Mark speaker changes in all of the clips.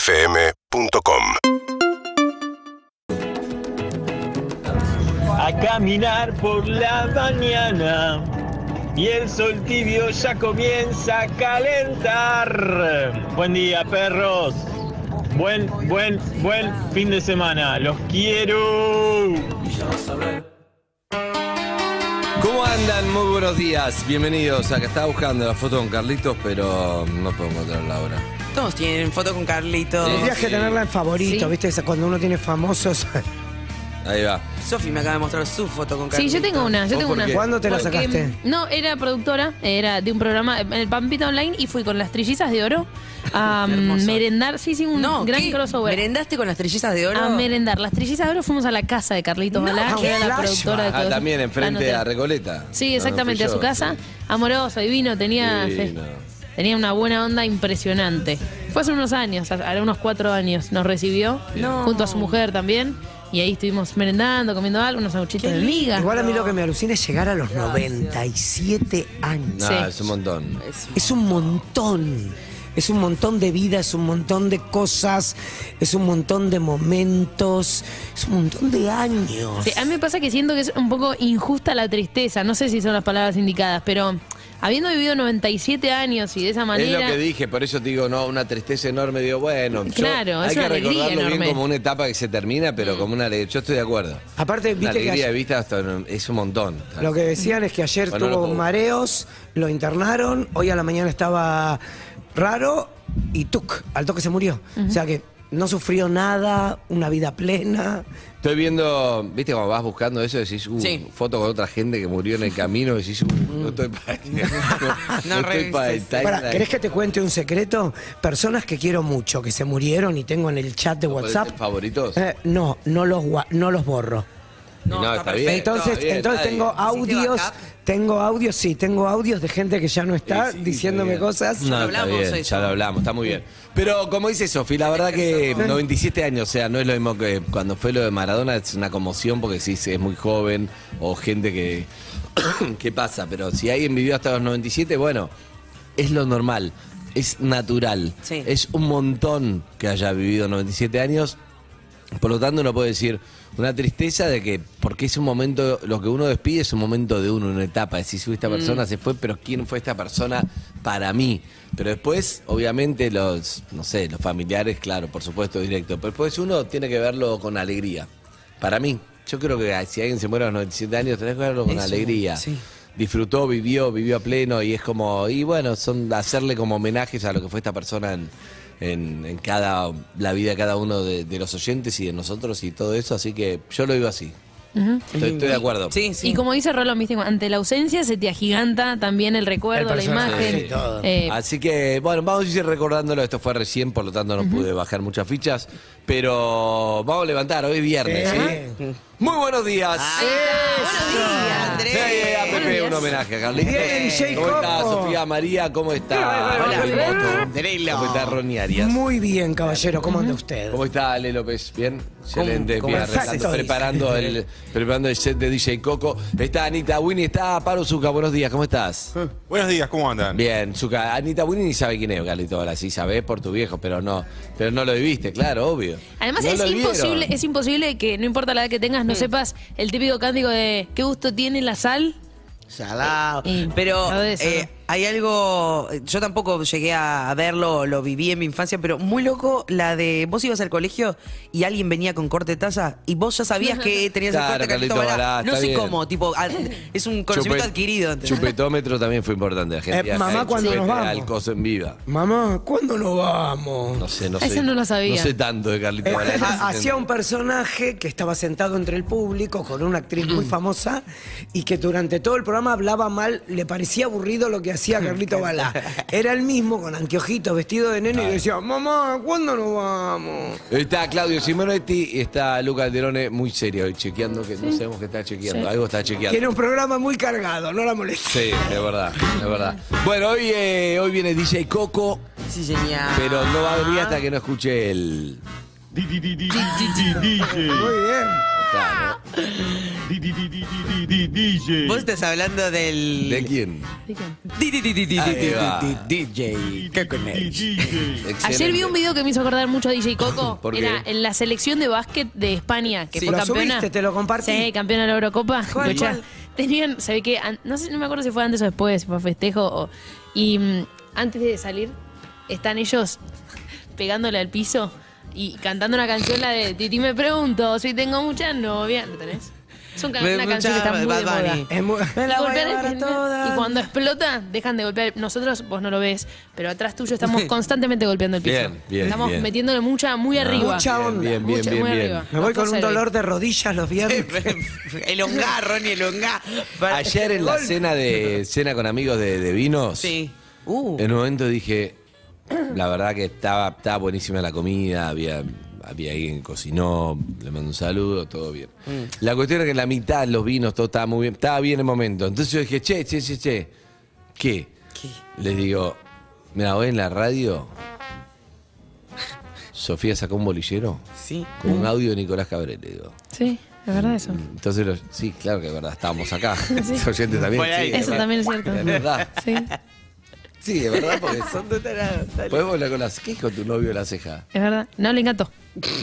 Speaker 1: UrbanaPlayFM.com
Speaker 2: a caminar por la mañana y el sol tibio ya comienza a calentar. Buen día, perros. Buen, buen, buen fin de semana. Los quiero.
Speaker 3: ¿Cómo andan? Muy buenos días, bienvenidos. Acá estaba buscando la foto con Carlitos, pero no puedo encontrarla ahora.
Speaker 4: Todos tienen foto con Carlitos.
Speaker 5: Tendrías que
Speaker 3: Sí.
Speaker 5: tenerla en favorito, ¿viste? Esa, cuando uno tiene famosos.
Speaker 3: Ahí va.
Speaker 4: Sofi me acaba de mostrar su foto con
Speaker 6: Sí,
Speaker 4: Carlitos.
Speaker 6: yo tengo una, yo
Speaker 3: ¿Vos
Speaker 6: tengo
Speaker 3: por
Speaker 6: una.
Speaker 3: qué?
Speaker 5: ¿Cuándo te la
Speaker 6: Porque,
Speaker 5: sacaste?
Speaker 6: No, era productora, era de un programa en el Pampita Online y fui con las trillizas de oro a
Speaker 4: Qué hermoso.
Speaker 6: merendar. Sí, sí, un
Speaker 4: No,
Speaker 6: gran
Speaker 4: ¿qué?
Speaker 6: crossover. Ah,
Speaker 4: ¿Merendaste con las trellizas de oro?
Speaker 6: A merendar. Las trillizas de oro fuimos a la casa de Carlitos Balá,
Speaker 5: ¿qué?
Speaker 6: que era la
Speaker 5: Flashback.
Speaker 6: productora de todo
Speaker 3: Ah,
Speaker 6: eso.
Speaker 3: también enfrente
Speaker 6: La
Speaker 3: a
Speaker 6: nota.
Speaker 3: Recoleta.
Speaker 6: Sí, exactamente,
Speaker 3: Ah, No,
Speaker 6: a
Speaker 3: no
Speaker 6: su
Speaker 3: fui yo,
Speaker 6: casa.
Speaker 3: sí.
Speaker 6: Amoroso, divino, tenía, sí,
Speaker 3: Divino.
Speaker 6: tenía una buena onda impresionante. Fue hace unos años, hará unos cuatro años, nos recibió,
Speaker 4: No.
Speaker 6: junto a su mujer también. Y ahí estuvimos merendando, comiendo algo, unos sanguchitos
Speaker 4: Qué
Speaker 6: de miga.
Speaker 5: Igual a mí lo que me alucina es llegar a los 97 años.
Speaker 3: No,
Speaker 6: Sí.
Speaker 3: es un montón.
Speaker 4: Es-
Speaker 5: Es un montón. Es un montón de vida, es un montón de cosas, es un montón de momentos, es un montón de años.
Speaker 6: Sí, a mí me pasa que siento que es un poco injusta la tristeza, no sé si son las palabras indicadas, pero habiendo vivido 97 años y de esa
Speaker 3: Es lo
Speaker 6: manera...
Speaker 3: que dije, por eso te digo, no, una tristeza enorme. Digo, bueno, yo-
Speaker 6: Claro, es
Speaker 3: hay que
Speaker 6: una alegría
Speaker 3: recordarlo
Speaker 6: enorme. Mm.
Speaker 3: bien como una etapa que se termina, pero como una alegría. Yo estoy de acuerdo.
Speaker 5: Aparte,
Speaker 3: Una
Speaker 5: viste que
Speaker 3: alegría de
Speaker 5: ayer-
Speaker 3: vista hasta- es un montón.
Speaker 5: Lo que decían es que ayer
Speaker 3: Bueno, no
Speaker 5: tuvo
Speaker 3: lo puedo.
Speaker 5: mareos, lo internaron, hoy a la mañana estaba raro y tuc, al toque se murió. O sea que no sufrió nada, una vida plena.
Speaker 3: Estoy viendo, viste, cuando vas buscando eso, decís, uh,
Speaker 4: Sí. Mm.
Speaker 3: foto con otra gente que murió en el camino, decís, uh, no estoy para.
Speaker 4: No revises.
Speaker 5: Pará, ¿querés que te cuente un secreto? Personas que quiero mucho, que se murieron y tengo en el chat de WhatsApp.
Speaker 3: favoritos?
Speaker 5: Eh, no, no los, gua- no los borro.
Speaker 4: No, está bien,
Speaker 5: Entonces,
Speaker 4: está
Speaker 5: entonces tengo
Speaker 4: ¿Hiciste
Speaker 5: audios,
Speaker 4: backup?
Speaker 5: tengo audios, sí, tengo audios de gente que ya no
Speaker 3: Eh,
Speaker 5: está diciéndome cosas.
Speaker 3: No,
Speaker 4: lo
Speaker 3: está
Speaker 4: hablamos
Speaker 3: bien,
Speaker 4: eso.
Speaker 3: ya lo hablamos, está muy bien. Pero como dice Sofi, la verdad que 97 años, o sea, no es lo mismo que cuando fue lo de Maradona, es una conmoción porque sí, es muy joven o gente que. ¿Qué pasa? Pero si alguien vivió hasta los 97, bueno, es lo normal, es natural.
Speaker 4: Sí.
Speaker 3: Es un montón que haya vivido 97 años. Por lo tanto, uno puede decir una tristeza de que, porque es un momento, lo que uno despide es un momento de uno, una etapa. Es decir, "Uy,
Speaker 5: Mm.
Speaker 3: esta persona se fue, pero ¿quién fue esta persona para mí? Pero después, obviamente, los, no sé, los familiares, claro, por supuesto, directo. Pero después uno tiene que verlo con alegría. Para mí, yo creo que si alguien se muere a los 97 años, tenés que verlo con
Speaker 5: Eso,
Speaker 3: alegría.
Speaker 5: sí.
Speaker 3: Disfrutó, vivió, vivió a pleno y es como, y bueno, son hacerle como homenajes a lo que fue esta persona en, en- en cada, la vida de cada uno de, de los oyentes y de nosotros y todo eso, así que yo lo digo así. estoy, estoy de acuerdo.
Speaker 4: Sí, sí.
Speaker 6: Y como dice Rolón, viste, ante la ausencia se te agiganta también el recuerdo,
Speaker 5: El
Speaker 6: la
Speaker 5: personaje,
Speaker 6: imagen.
Speaker 5: sí, todo.
Speaker 6: Eh,
Speaker 3: Así que, bueno, vamos a ir recordándolo. Esto fue recién, por lo tanto no pude bajar muchas fichas. Pero vamos a levantar, hoy es viernes. ¿sí? Muy buenos días.
Speaker 6: buenos días.
Speaker 4: Ah, Andrés.
Speaker 3: Ah. Sí, a
Speaker 6: Buenos
Speaker 3: Pepe, un
Speaker 6: días.
Speaker 3: homenaje a Carlitos.
Speaker 5: Bien, DJ
Speaker 3: ¿Cómo está
Speaker 5: Copo?
Speaker 3: Sofía María? ¿Cómo está?
Speaker 5: Hola.
Speaker 3: Lelo Moto? ¿Cómo está Ronnie Arias?
Speaker 5: Muy bien, caballero, ¿cómo anda usted?
Speaker 3: ¿Cómo está Ale López? ¿Bien? Excelente.
Speaker 5: cómo
Speaker 3: Bien,
Speaker 5: estás?
Speaker 3: arreglando,
Speaker 5: Estoy.
Speaker 3: preparando, el, preparando el set de DJ Coco. Está Anita Winnie, está Paro Zuca. Buenos días, ¿cómo estás?
Speaker 7: Buenos días, ¿cómo andan?
Speaker 3: Bien, Zuca. Anita Winnie ni sabe quién es, Carlito. Ahora sí sabés por tu viejo, pero no pero no lo viviste, claro, obvio.
Speaker 6: Además
Speaker 3: No
Speaker 6: es
Speaker 3: lo vieron. Mm.
Speaker 6: imposible, es imposible que no importa la edad que tengas, no sepas el típico cántico de qué gusto tiene la sal.
Speaker 4: Salado.
Speaker 6: Y-
Speaker 4: Pero
Speaker 6: Todo eso,
Speaker 4: eh, hay algo, yo tampoco llegué a verlo, lo viví en mi infancia, pero muy loco la de vos ibas al colegio y alguien venía con corte de taza y vos ya sabías que tenías
Speaker 3: Claro,
Speaker 4: el corte
Speaker 3: Carlito
Speaker 4: Carlito Balá.
Speaker 3: Balá,
Speaker 4: No
Speaker 3: está
Speaker 4: sé
Speaker 3: bien.
Speaker 4: cómo, tipo, a- es un conocimiento
Speaker 3: Chupet-
Speaker 4: adquirido. ¿entendés?
Speaker 3: Chupetómetro también fue importante. La gente
Speaker 5: Eh, mamá,
Speaker 3: acá, el
Speaker 5: ¿cuándo nos
Speaker 3: chupete
Speaker 5: vamos?
Speaker 3: Al coso en viva.
Speaker 5: Mamá, ¿cuándo nos vamos?
Speaker 3: No sé, no sé.
Speaker 6: Eso no lo sabía.
Speaker 3: No sé tanto de Carlito
Speaker 5: Eh,
Speaker 3: Balá.
Speaker 5: ha- hacía un personaje que estaba sentado entre el público con una actriz muy
Speaker 3: Mm.
Speaker 5: famosa y que durante todo el programa hablaba mal, le parecía aburrido lo que
Speaker 3: Mm,
Speaker 5: hacía Carlito Balá. Era el mismo con anteojitos, vestido de nene y decía, mamá, ¿cuándo nos vamos?
Speaker 3: Está Claudio Simonetti y está Luca Alderone muy serio y chequeando, que no sabemos qué está chequeando, algo está chequeando.
Speaker 5: Tiene un programa muy cargado, no la molestes.
Speaker 3: Sí, es verdad, es verdad. Bueno, hoy, eh, hoy viene DJ Coco,
Speaker 4: Sí, señor.
Speaker 3: pero
Speaker 6: Ah.
Speaker 3: no va a venir hasta que no escuche el...
Speaker 5: Muy bien.
Speaker 3: Claro.
Speaker 6: Ah.
Speaker 4: Vos estás hablando del.
Speaker 3: ¿De quién?
Speaker 6: ¿De quién?
Speaker 4: Di, di, di, di, di,
Speaker 3: Ahí
Speaker 4: di,
Speaker 3: va.
Speaker 4: di, di, DJ. ¿Qué con él?
Speaker 6: Ayer vi un video que me hizo acordar mucho a DJ Coco.
Speaker 3: ¿Por qué?
Speaker 6: Era en la selección de básquet de España, que
Speaker 5: Sí.
Speaker 6: fue
Speaker 5: Lo
Speaker 6: campeona.
Speaker 5: subiste, te lo compartí.
Speaker 6: Sí, campeona de la Eurocopa.
Speaker 5: ¿Cuál,
Speaker 6: Escuchá,
Speaker 5: cuál?
Speaker 6: Tenían, se ve que, an- no sé, no me acuerdo si fue antes o después, si fue a festejo. o- y mm, antes de salir, están ellos pegándole al piso y cantando una canción, la de Titi me pregunto si tengo mucha novia. ¿Lo tenés? Es un ca-
Speaker 4: Me-
Speaker 6: una
Speaker 4: mucha
Speaker 6: canción que está muy
Speaker 4: Bad
Speaker 6: de
Speaker 4: Bunny.
Speaker 6: moda.
Speaker 5: Es muy- me la voy a
Speaker 6: Golpear el
Speaker 5: llevar a
Speaker 6: primer-
Speaker 5: todas.
Speaker 6: Y cuando explota, dejan de golpear. Nosotros, vos no lo ves, pero atrás tuyo estamos constantemente golpeando el piso.
Speaker 3: Bien, bien,
Speaker 6: Estamos
Speaker 3: bien. Ah.
Speaker 6: metiéndole mucha, muy arriba.
Speaker 5: Mucha onda.
Speaker 3: Bien, bien,
Speaker 6: Mucha-
Speaker 3: bien,
Speaker 6: muy
Speaker 3: bien.
Speaker 6: arriba.
Speaker 5: Me voy con un
Speaker 6: Entonces,
Speaker 5: dolor de rodillas los viernes.
Speaker 4: El hongar, Ronnie, el hongar.
Speaker 3: Ayer en la
Speaker 4: Golpe.
Speaker 3: cena de cena con amigos de, de vinos,
Speaker 4: Sí. Uh.
Speaker 3: en un momento dije, la verdad que estaba, estaba buenísima la comida, había, había alguien que cocinó, le mando un saludo, todo bien. La cuestión es que la mitad, los vinos, todo estaba muy bien, estaba bien el momento. Entonces yo dije, che, che, che, che, ¿qué? Les digo, mira, hoy en la radio, Sofía sacó un bolillero
Speaker 4: Sí.
Speaker 3: con un audio de Nicolás Cabrera, digo.
Speaker 6: Sí, es verdad eso.
Speaker 3: Entonces, los- sí, claro que es verdad, estábamos acá. Los oyentes también.
Speaker 4: Fuera
Speaker 3: sí,
Speaker 4: aire.
Speaker 3: es
Speaker 6: Eso
Speaker 3: verdad.
Speaker 6: también es cierto.
Speaker 3: Es verdad.
Speaker 6: Sí,
Speaker 3: Sí, es verdad, porque son...
Speaker 4: Son dos tarados, dale.
Speaker 3: Podemos hablar con las... ¿Qué dijo tu novio de la ceja?
Speaker 6: es verdad. No, le encantó.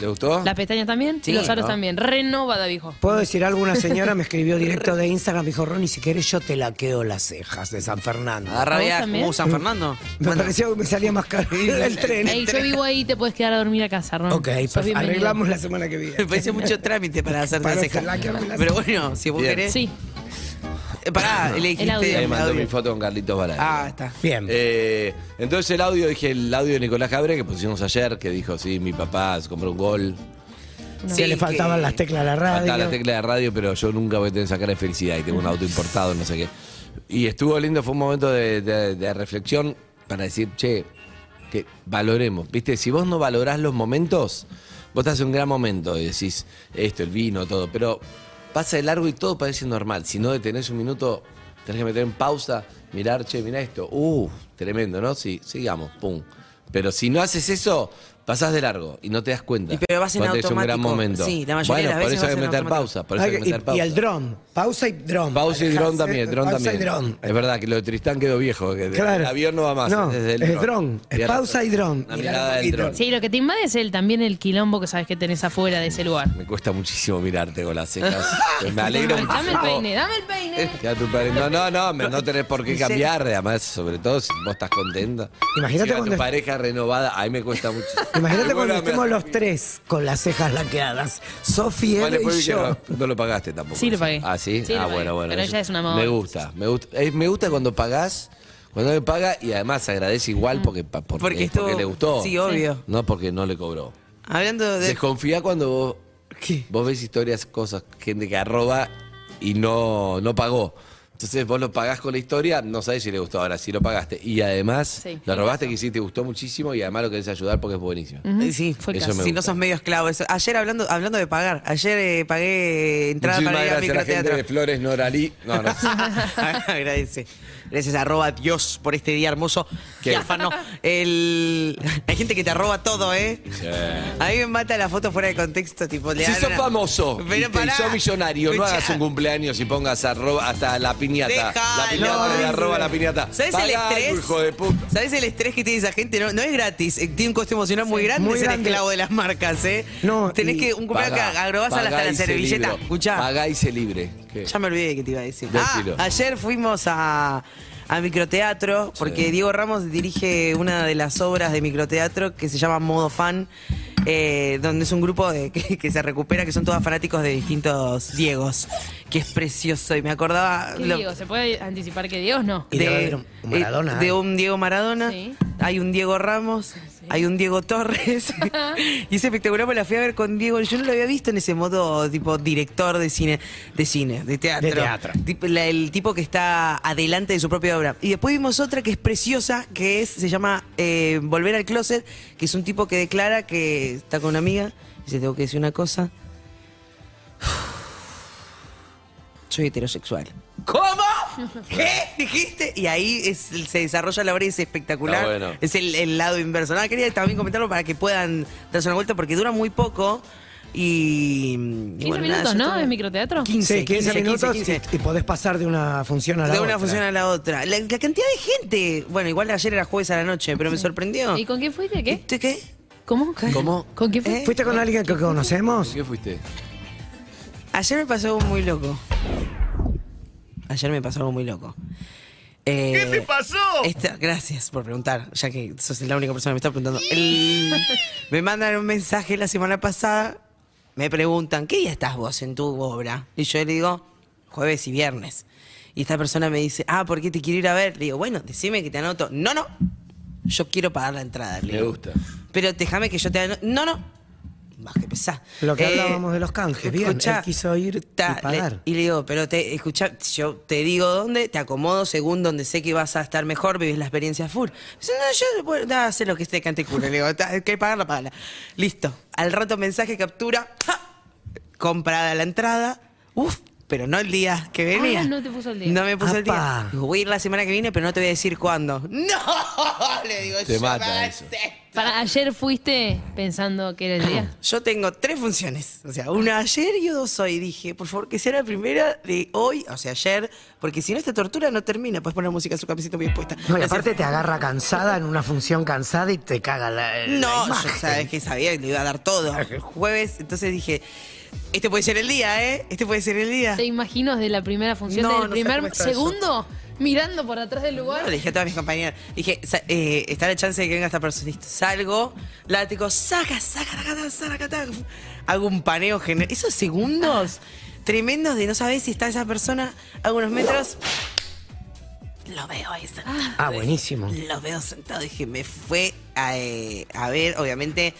Speaker 3: ¿Le gustó? Eh,
Speaker 6: Las pestañas también
Speaker 3: Sí,
Speaker 6: y los aros
Speaker 3: ¿no?
Speaker 6: también. Renovada, viejo.
Speaker 5: ¿Puedo decir algo? Una señora me escribió directo de Instagram, me dijo, Ronnie, si querés yo te laqueo las cejas de San Fernando.
Speaker 4: Agarra
Speaker 6: ¿A vos
Speaker 4: viaje,
Speaker 6: también?
Speaker 4: como San Fernando.
Speaker 5: Me parecía que me salía más caro el tren.
Speaker 6: Ey, yo vivo ahí, te puedes quedar a dormir a casa, Ron.
Speaker 5: Ok,
Speaker 6: Sos
Speaker 5: pues
Speaker 6: bienvenido.
Speaker 5: arreglamos la semana que
Speaker 4: Me
Speaker 5: viene.
Speaker 4: parece mucho trámite para hacerte
Speaker 5: Para
Speaker 4: la ceja.
Speaker 5: laquearme la
Speaker 4: Pero bueno, si vos
Speaker 3: Bien.
Speaker 4: querés.
Speaker 6: Sí,
Speaker 4: Eh, pará, le dijiste.
Speaker 6: audio.
Speaker 3: Ahí
Speaker 6: Ahí
Speaker 4: el
Speaker 3: mandó
Speaker 4: audio.
Speaker 3: mi foto con Carlitos Balán.
Speaker 4: Ah, está.
Speaker 5: Bien.
Speaker 3: Eh, entonces el audio, dije el audio de Nicolás Cabrera que pusimos ayer, que dijo, sí, mi papá se compró un gol.
Speaker 5: Se
Speaker 4: Sí,
Speaker 5: le faltaban
Speaker 4: que-
Speaker 5: las teclas a la radio.
Speaker 3: Faltaba la tecla de radio, pero yo nunca voy a tener esa cara de felicidad y tengo un auto importado, no sé qué. Y estuvo lindo, fue un momento de, de- de reflexión para decir, che, que valoremos. Viste, si vos no valorás los momentos, vos estás en un gran momento y decís esto, el vino, todo, pero pasa de largo y todo parece normal. Si no detenés un minuto, tenés que meter en pausa, mirar, che, mirá esto. Uh, tremendo, ¿no? Sí, sigamos, pum. Pero si no haces eso, pasás de largo y no te das cuenta.
Speaker 4: Y pero vas en
Speaker 3: Cuando es un gran
Speaker 4: automático.
Speaker 3: momento.
Speaker 4: Sí, la mayoría de
Speaker 3: bueno,
Speaker 4: las
Speaker 3: por
Speaker 4: veces
Speaker 3: eso hay que
Speaker 4: vas en
Speaker 3: meter
Speaker 4: automático.
Speaker 3: pausa, por eso hay que
Speaker 5: Ay,
Speaker 3: meter
Speaker 5: y,
Speaker 3: pausa.
Speaker 5: y el dron. Pausa y dron.
Speaker 3: Pausa y dron
Speaker 5: Alejarse,
Speaker 3: también, dron
Speaker 5: pausa
Speaker 3: también.
Speaker 5: y dron.
Speaker 3: Es verdad que lo de Tristán quedó viejo, que
Speaker 5: Claro.
Speaker 3: el avión no va más.
Speaker 5: No,
Speaker 3: es del
Speaker 5: es dron, es
Speaker 3: Tienes
Speaker 5: pausa
Speaker 3: razón.
Speaker 5: y dron.
Speaker 3: La
Speaker 5: Mirá
Speaker 3: mirada
Speaker 5: el
Speaker 3: del
Speaker 5: poquito.
Speaker 3: dron.
Speaker 6: sí, lo que te invade es el, también el quilombo que sabes que tenés afuera de ese lugar.
Speaker 3: Me cuesta muchísimo mirarte con las cejas. me alegro
Speaker 6: Dame el
Speaker 3: muchísimo.
Speaker 6: peine, dame el peine.
Speaker 3: Ya tu pare- No, no, no, me- no tenés por qué cambiar, además, sobre todo si vos estás contenta.
Speaker 5: Imagínate
Speaker 3: Si va tu
Speaker 5: cuando-
Speaker 3: pareja renovada, ahí me cuesta mucho.
Speaker 5: Imagínate
Speaker 3: Y bueno,
Speaker 5: cuando
Speaker 3: me-
Speaker 5: estemos los tres con las cejas laqueadas. Sofía
Speaker 3: Vale,
Speaker 5: y
Speaker 3: pues, que
Speaker 5: yo.
Speaker 3: no, no lo pagaste tampoco.
Speaker 6: Sí, lo
Speaker 3: eso.
Speaker 6: pagué.
Speaker 3: Ah, sí,
Speaker 6: Sí, lo
Speaker 3: ah,
Speaker 6: pagué.
Speaker 3: bueno, bueno.
Speaker 6: Pero
Speaker 3: eso-
Speaker 6: ella es una mamá.
Speaker 3: Me gusta, me gusta. eh, me gusta cuando pagás, cuando me paga y además agradece igual porque, pa- porque,
Speaker 4: Porque estuvo-
Speaker 3: porque le gustó.
Speaker 4: sí, obvio. Sí.
Speaker 3: No porque no le cobró.
Speaker 4: Hablando de.
Speaker 3: Desconfía cuando vos,
Speaker 5: ¿Qué?
Speaker 3: vos ves historias, cosas, gente que arroba y no, no pagó. Entonces vos lo pagás con la historia, no sabés si le gustó ahora, si lo pagaste. Y además,
Speaker 6: Sí,
Speaker 3: lo
Speaker 6: me
Speaker 3: robaste que sí te gustó muchísimo y además lo querés ayudar porque es buenísimo.
Speaker 4: Eh, Sí,
Speaker 6: Fue el
Speaker 3: Eso
Speaker 6: caso.
Speaker 3: me
Speaker 4: si
Speaker 3: gusta.
Speaker 4: no sos medio esclavo. eso. Ayer hablando, hablando de pagar, ayer eh, pagué entrada
Speaker 3: Muchísimas
Speaker 4: para ir al
Speaker 3: gracias a la gente
Speaker 4: microteatro.
Speaker 3: de Flores Noralí. No, no.
Speaker 4: Agradece. Gracias, arroba Dios por este día hermoso. Diáfano. El... Hay gente que te arroba todo, ¿eh? A mí me mata la foto fuera de contexto, tipo. le
Speaker 3: Si
Speaker 4: dan
Speaker 3: sos
Speaker 4: una-
Speaker 3: famoso y,
Speaker 4: Pero
Speaker 3: te-
Speaker 4: pará.
Speaker 3: y sos millonario, no
Speaker 4: Escuchá.
Speaker 3: hagas un cumpleaños y pongas arroba hasta la piñata.
Speaker 4: Dejalo.
Speaker 3: la piñata,
Speaker 4: No,
Speaker 3: de arroba la piñata.
Speaker 4: ¿Sabes el
Speaker 3: Pagá algo,
Speaker 4: estrés?
Speaker 3: hijo de puta.
Speaker 4: ¿Sabes el estrés que tiene esa gente? No, no es gratis, eh, tiene un costo emocional muy grande
Speaker 5: muy
Speaker 4: ser
Speaker 5: grande.
Speaker 4: esclavo de las marcas, ¿eh?
Speaker 5: No,
Speaker 4: Tenés
Speaker 5: y-
Speaker 4: que un cumpleaños que agrobás
Speaker 3: pagá
Speaker 4: hasta
Speaker 3: y
Speaker 4: la
Speaker 3: sé
Speaker 4: servilleta.
Speaker 3: libre.
Speaker 4: Escuchá.
Speaker 3: Pagá y se libre. ¿Qué?
Speaker 4: Ya me olvidé que te iba a decir.
Speaker 3: Decilo.
Speaker 4: Ah, ayer fuimos a, a microteatro, porque Diego Ramos dirige una de las obras de microteatro que se llama Modo Fan, eh, donde es un grupo de, que, que se recupera, que son todos fanáticos de distintos Diegos, que es precioso. Y me acordaba...
Speaker 6: ¿Qué
Speaker 4: lo-
Speaker 6: Diego? ¿Se puede anticipar que Dios no?
Speaker 5: Y debe haber un Maradona,
Speaker 4: eh, de
Speaker 5: ¿eh?
Speaker 4: un Diego Maradona,
Speaker 6: Sí.
Speaker 4: hay un Diego Ramos, hay un Diego Torres. y es espectacular, porque la fui a ver con Diego. Yo no lo había visto en ese modo, tipo, director de cine, de cine, de teatro.
Speaker 5: De teatro.
Speaker 4: Tipo, la- el tipo que está adelante de su propia obra. Y después vimos otra que es preciosa, que es, se llama eh, Volver al Closet, que es un tipo que declara que está con una amiga. Dice, tengo que decir una cosa. Soy heterosexual. ¿Cómo? ¿Qué dijiste? Y ahí es- se desarrolla la obra y es espectacular.
Speaker 5: Ah,
Speaker 3: Está bueno.
Speaker 4: Ah, Es el, el lado inverso. Nada, quería también comentarlo para que puedan darse una vuelta porque dura muy poco. Y. y
Speaker 6: 15
Speaker 4: bueno, nada,
Speaker 6: minutos,
Speaker 4: yo
Speaker 6: ¿no?
Speaker 4: estaba-
Speaker 6: Es microteatro.
Speaker 5: 15, 15 minutos
Speaker 4: 15, 15.
Speaker 5: Y, y podés pasar de una función a la
Speaker 4: de
Speaker 5: otra.
Speaker 4: una función a la otra. La, la cantidad de gente. Bueno, igual ayer era jueves a la noche, pero me sorprendió.
Speaker 6: ¿Y con quién fuiste? ¿Qué?
Speaker 4: ¿Usted qué?
Speaker 6: ¿Cómo?
Speaker 3: ¿Cómo?
Speaker 6: ¿Con quién fuiste?
Speaker 4: ¿Eh?
Speaker 5: ¿Fuiste con alguien que conocemos?
Speaker 3: ¿Qué fuiste?
Speaker 4: Ayer me pasó algo muy loco. Ayer me pasó algo muy loco. ¿Qué te pasó? gracias por preguntar, ya que sos la única persona que me está preguntando. El- me mandan un mensaje la semana pasada, me preguntan, ¿qué día estás vos en tu obra? Y yo le digo, jueves y viernes. Y esta persona me dice, ah, ¿por qué te quiero ir a ver? Le digo, bueno, decime que te anoto. No, no, yo quiero pagar la entrada. Le
Speaker 3: Me
Speaker 4: digo.
Speaker 3: gusta.
Speaker 4: Pero déjame que yo te anoto. No, no, más que pesá. Eh,
Speaker 5: Lo que hablábamos de los canjes, bien, él quiso ir y
Speaker 4: ta, le-
Speaker 5: pagar.
Speaker 4: y le digo, pero te escucha, yo te digo dónde, te acomodo según donde sé que vas a estar mejor, vivís la experiencia full. Dice, no, yo bueno, da, hacé lo que esté cante culo. Le digo, ta, hay que pagarla, pagarla. Listo. Al rato mensaje, captura, ¡ja! comprada la entrada. Uf, pero no el día que venía.
Speaker 6: Ah, no te puso el día.
Speaker 4: No me puso el
Speaker 5: Apa.
Speaker 4: día. Digo, voy a ir la semana que viene, pero no te voy a decir cuándo. ¡No! Le digo,
Speaker 3: Te
Speaker 4: yo
Speaker 3: mata
Speaker 4: me
Speaker 3: eso.
Speaker 4: acepto.
Speaker 6: Para, ayer fuiste pensando que era el día.
Speaker 4: Yo tengo tres funciones. O sea, una ayer y dos hoy. Dije, por favor, que sea la primera de hoy, o sea, ayer, porque si no, esta tortura no termina. Puedes poner música a su camiseta bien puesta.
Speaker 5: No, y
Speaker 4: Así-
Speaker 5: aparte te agarra cansada en una función cansada y te caga la. la
Speaker 4: No, yo
Speaker 5: imagen.
Speaker 4: sabes que sabía que le iba a dar todo. Jueves, entonces dije, este puede ser el día, ¿eh? Este puede ser el día.
Speaker 6: ¿Te imaginas de la primera función,
Speaker 4: No,
Speaker 6: del
Speaker 4: no sé cómo
Speaker 6: primer
Speaker 4: está
Speaker 6: segundo, mirando por atrás del lugar?
Speaker 4: Le dije a todas mis compañeras, dije, sa- eh, está la chance de que venga esta persona. Listo, salgo, látigo, saca, saca, saca, saca, saca, saca. Hago un paneo general. Esos segundos tremendos de no saber si está esa persona a unos metros. Lo veo ahí sentado.
Speaker 5: Ah, buenísimo.
Speaker 4: Lo veo sentado. Dije, me fue a, eh, a ver, obviamente.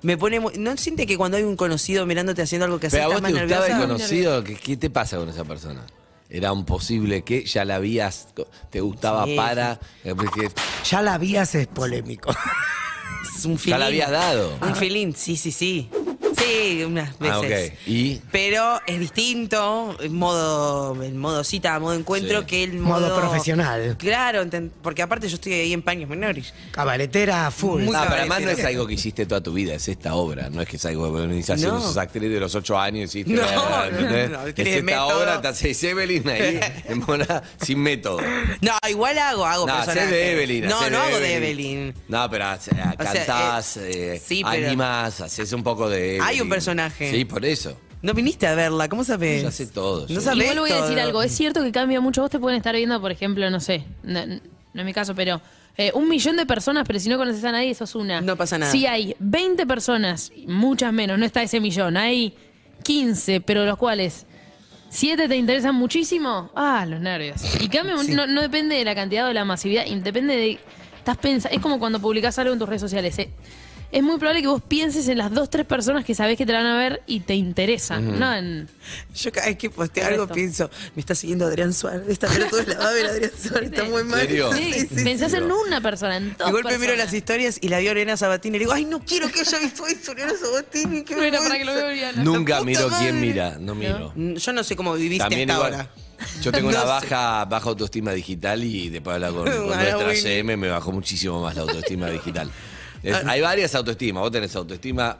Speaker 4: Me pone muy- ¿No siente que cuando hay un conocido mirándote haciendo algo que hace
Speaker 3: Pero a vos
Speaker 4: estás más
Speaker 3: te gustaba el
Speaker 4: nerviosa?
Speaker 3: conocido, ¿qué, qué te pasa con esa persona? Era un posible que ya la habías, te gustaba
Speaker 4: Sí.
Speaker 3: para, eh, porque
Speaker 5: Ya la vías es polémico.
Speaker 4: Es un
Speaker 3: ya la
Speaker 4: feeling. Ah,
Speaker 3: habías dado.
Speaker 4: Un filín, sí, sí, sí. Sí, unas veces.
Speaker 3: Ah, ok. Y
Speaker 4: Pero es distinto el modo, el modo cita, modo encuentro
Speaker 3: Sí.
Speaker 4: que el modo,
Speaker 5: Modo profesional.
Speaker 4: Claro, enten- porque aparte yo estoy ahí en paños menores.
Speaker 5: Cabaretera full.
Speaker 4: Muy
Speaker 3: No, pero
Speaker 4: cabaretera.
Speaker 3: además no es algo que hiciste toda tu vida, es esta obra, no es que es algo de organización,
Speaker 4: No.
Speaker 3: sos actriz de los ocho años, hiciste.
Speaker 4: No,
Speaker 3: ¿entendés?
Speaker 4: no, no,
Speaker 3: es
Speaker 4: tiene
Speaker 3: esta
Speaker 4: método.
Speaker 3: obra, te haces Evelyn ahí, en mona, sin método.
Speaker 4: No, igual hago, hago
Speaker 3: No, haces
Speaker 4: personajes.
Speaker 3: de Evelyn.
Speaker 4: No,
Speaker 3: hacés
Speaker 4: no hago de Evelyn.
Speaker 3: No, pero hace- eh,
Speaker 4: O sea,
Speaker 3: cantás,
Speaker 4: eh,
Speaker 3: eh,
Speaker 4: sí, pero-
Speaker 3: animás, haces un poco de.
Speaker 4: Hay
Speaker 3: Evelyn.
Speaker 4: un personaje.
Speaker 3: Sí, por eso.
Speaker 4: No viniste a verla, ¿cómo sabes?
Speaker 3: Ya sé todo,
Speaker 4: No
Speaker 3: sí.
Speaker 4: sabés
Speaker 6: Igual voy a decir
Speaker 4: todo.
Speaker 6: algo. Es cierto que cambia mucho. Vos te pueden estar viendo, por ejemplo, no sé, no, no es mi caso, pero eh, un millón de personas, pero si no conoces a nadie, sos una.
Speaker 4: No pasa nada.
Speaker 6: Si hay 20 personas, muchas menos, no está ese millón, hay 15, pero los cuales. siete te interesan muchísimo? Ah, los nervios. Y cambia, mu- no, no depende de la cantidad o de la masividad, y depende de. Estás pensa es como cuando publicás algo en tus redes sociales. eh. Es muy probable que vos pienses en las dos, tres personas que sabés que te la van a ver y te interesan, no en.
Speaker 4: Yo cada vez que posteo
Speaker 6: Correcto.
Speaker 4: algo pienso, me está siguiendo Adrián Suárez. Esta pelotuda la va a ver Adrián Suárez, está muy mal.
Speaker 3: ¿En serio?
Speaker 4: Sí, sí, sí.
Speaker 6: Pensás en una persona, en dos
Speaker 4: De golpe miro
Speaker 6: personas.
Speaker 4: las historias y la veo a Oriana Sabatini y le digo, ay, no quiero que haya visto eso, Oriana Sabatini. qué
Speaker 6: No era para que lo vea
Speaker 4: vergüenza".
Speaker 6: Oriana.
Speaker 3: Nunca
Speaker 4: puta
Speaker 3: miro quién
Speaker 4: madre.
Speaker 3: mira, no miro.
Speaker 4: Mm, Yo no sé cómo viviste
Speaker 3: También
Speaker 4: hasta
Speaker 3: igual,
Speaker 4: ahora.
Speaker 3: Yo tengo una
Speaker 4: No sé.
Speaker 3: baja, baja autoestima digital y después hablar con, con
Speaker 4: Bueno,
Speaker 3: nuestra
Speaker 4: Willy.
Speaker 3: CM me bajó muchísimo más la autoestima digital. Es- hay varias autoestimas. Vos tenés autoestima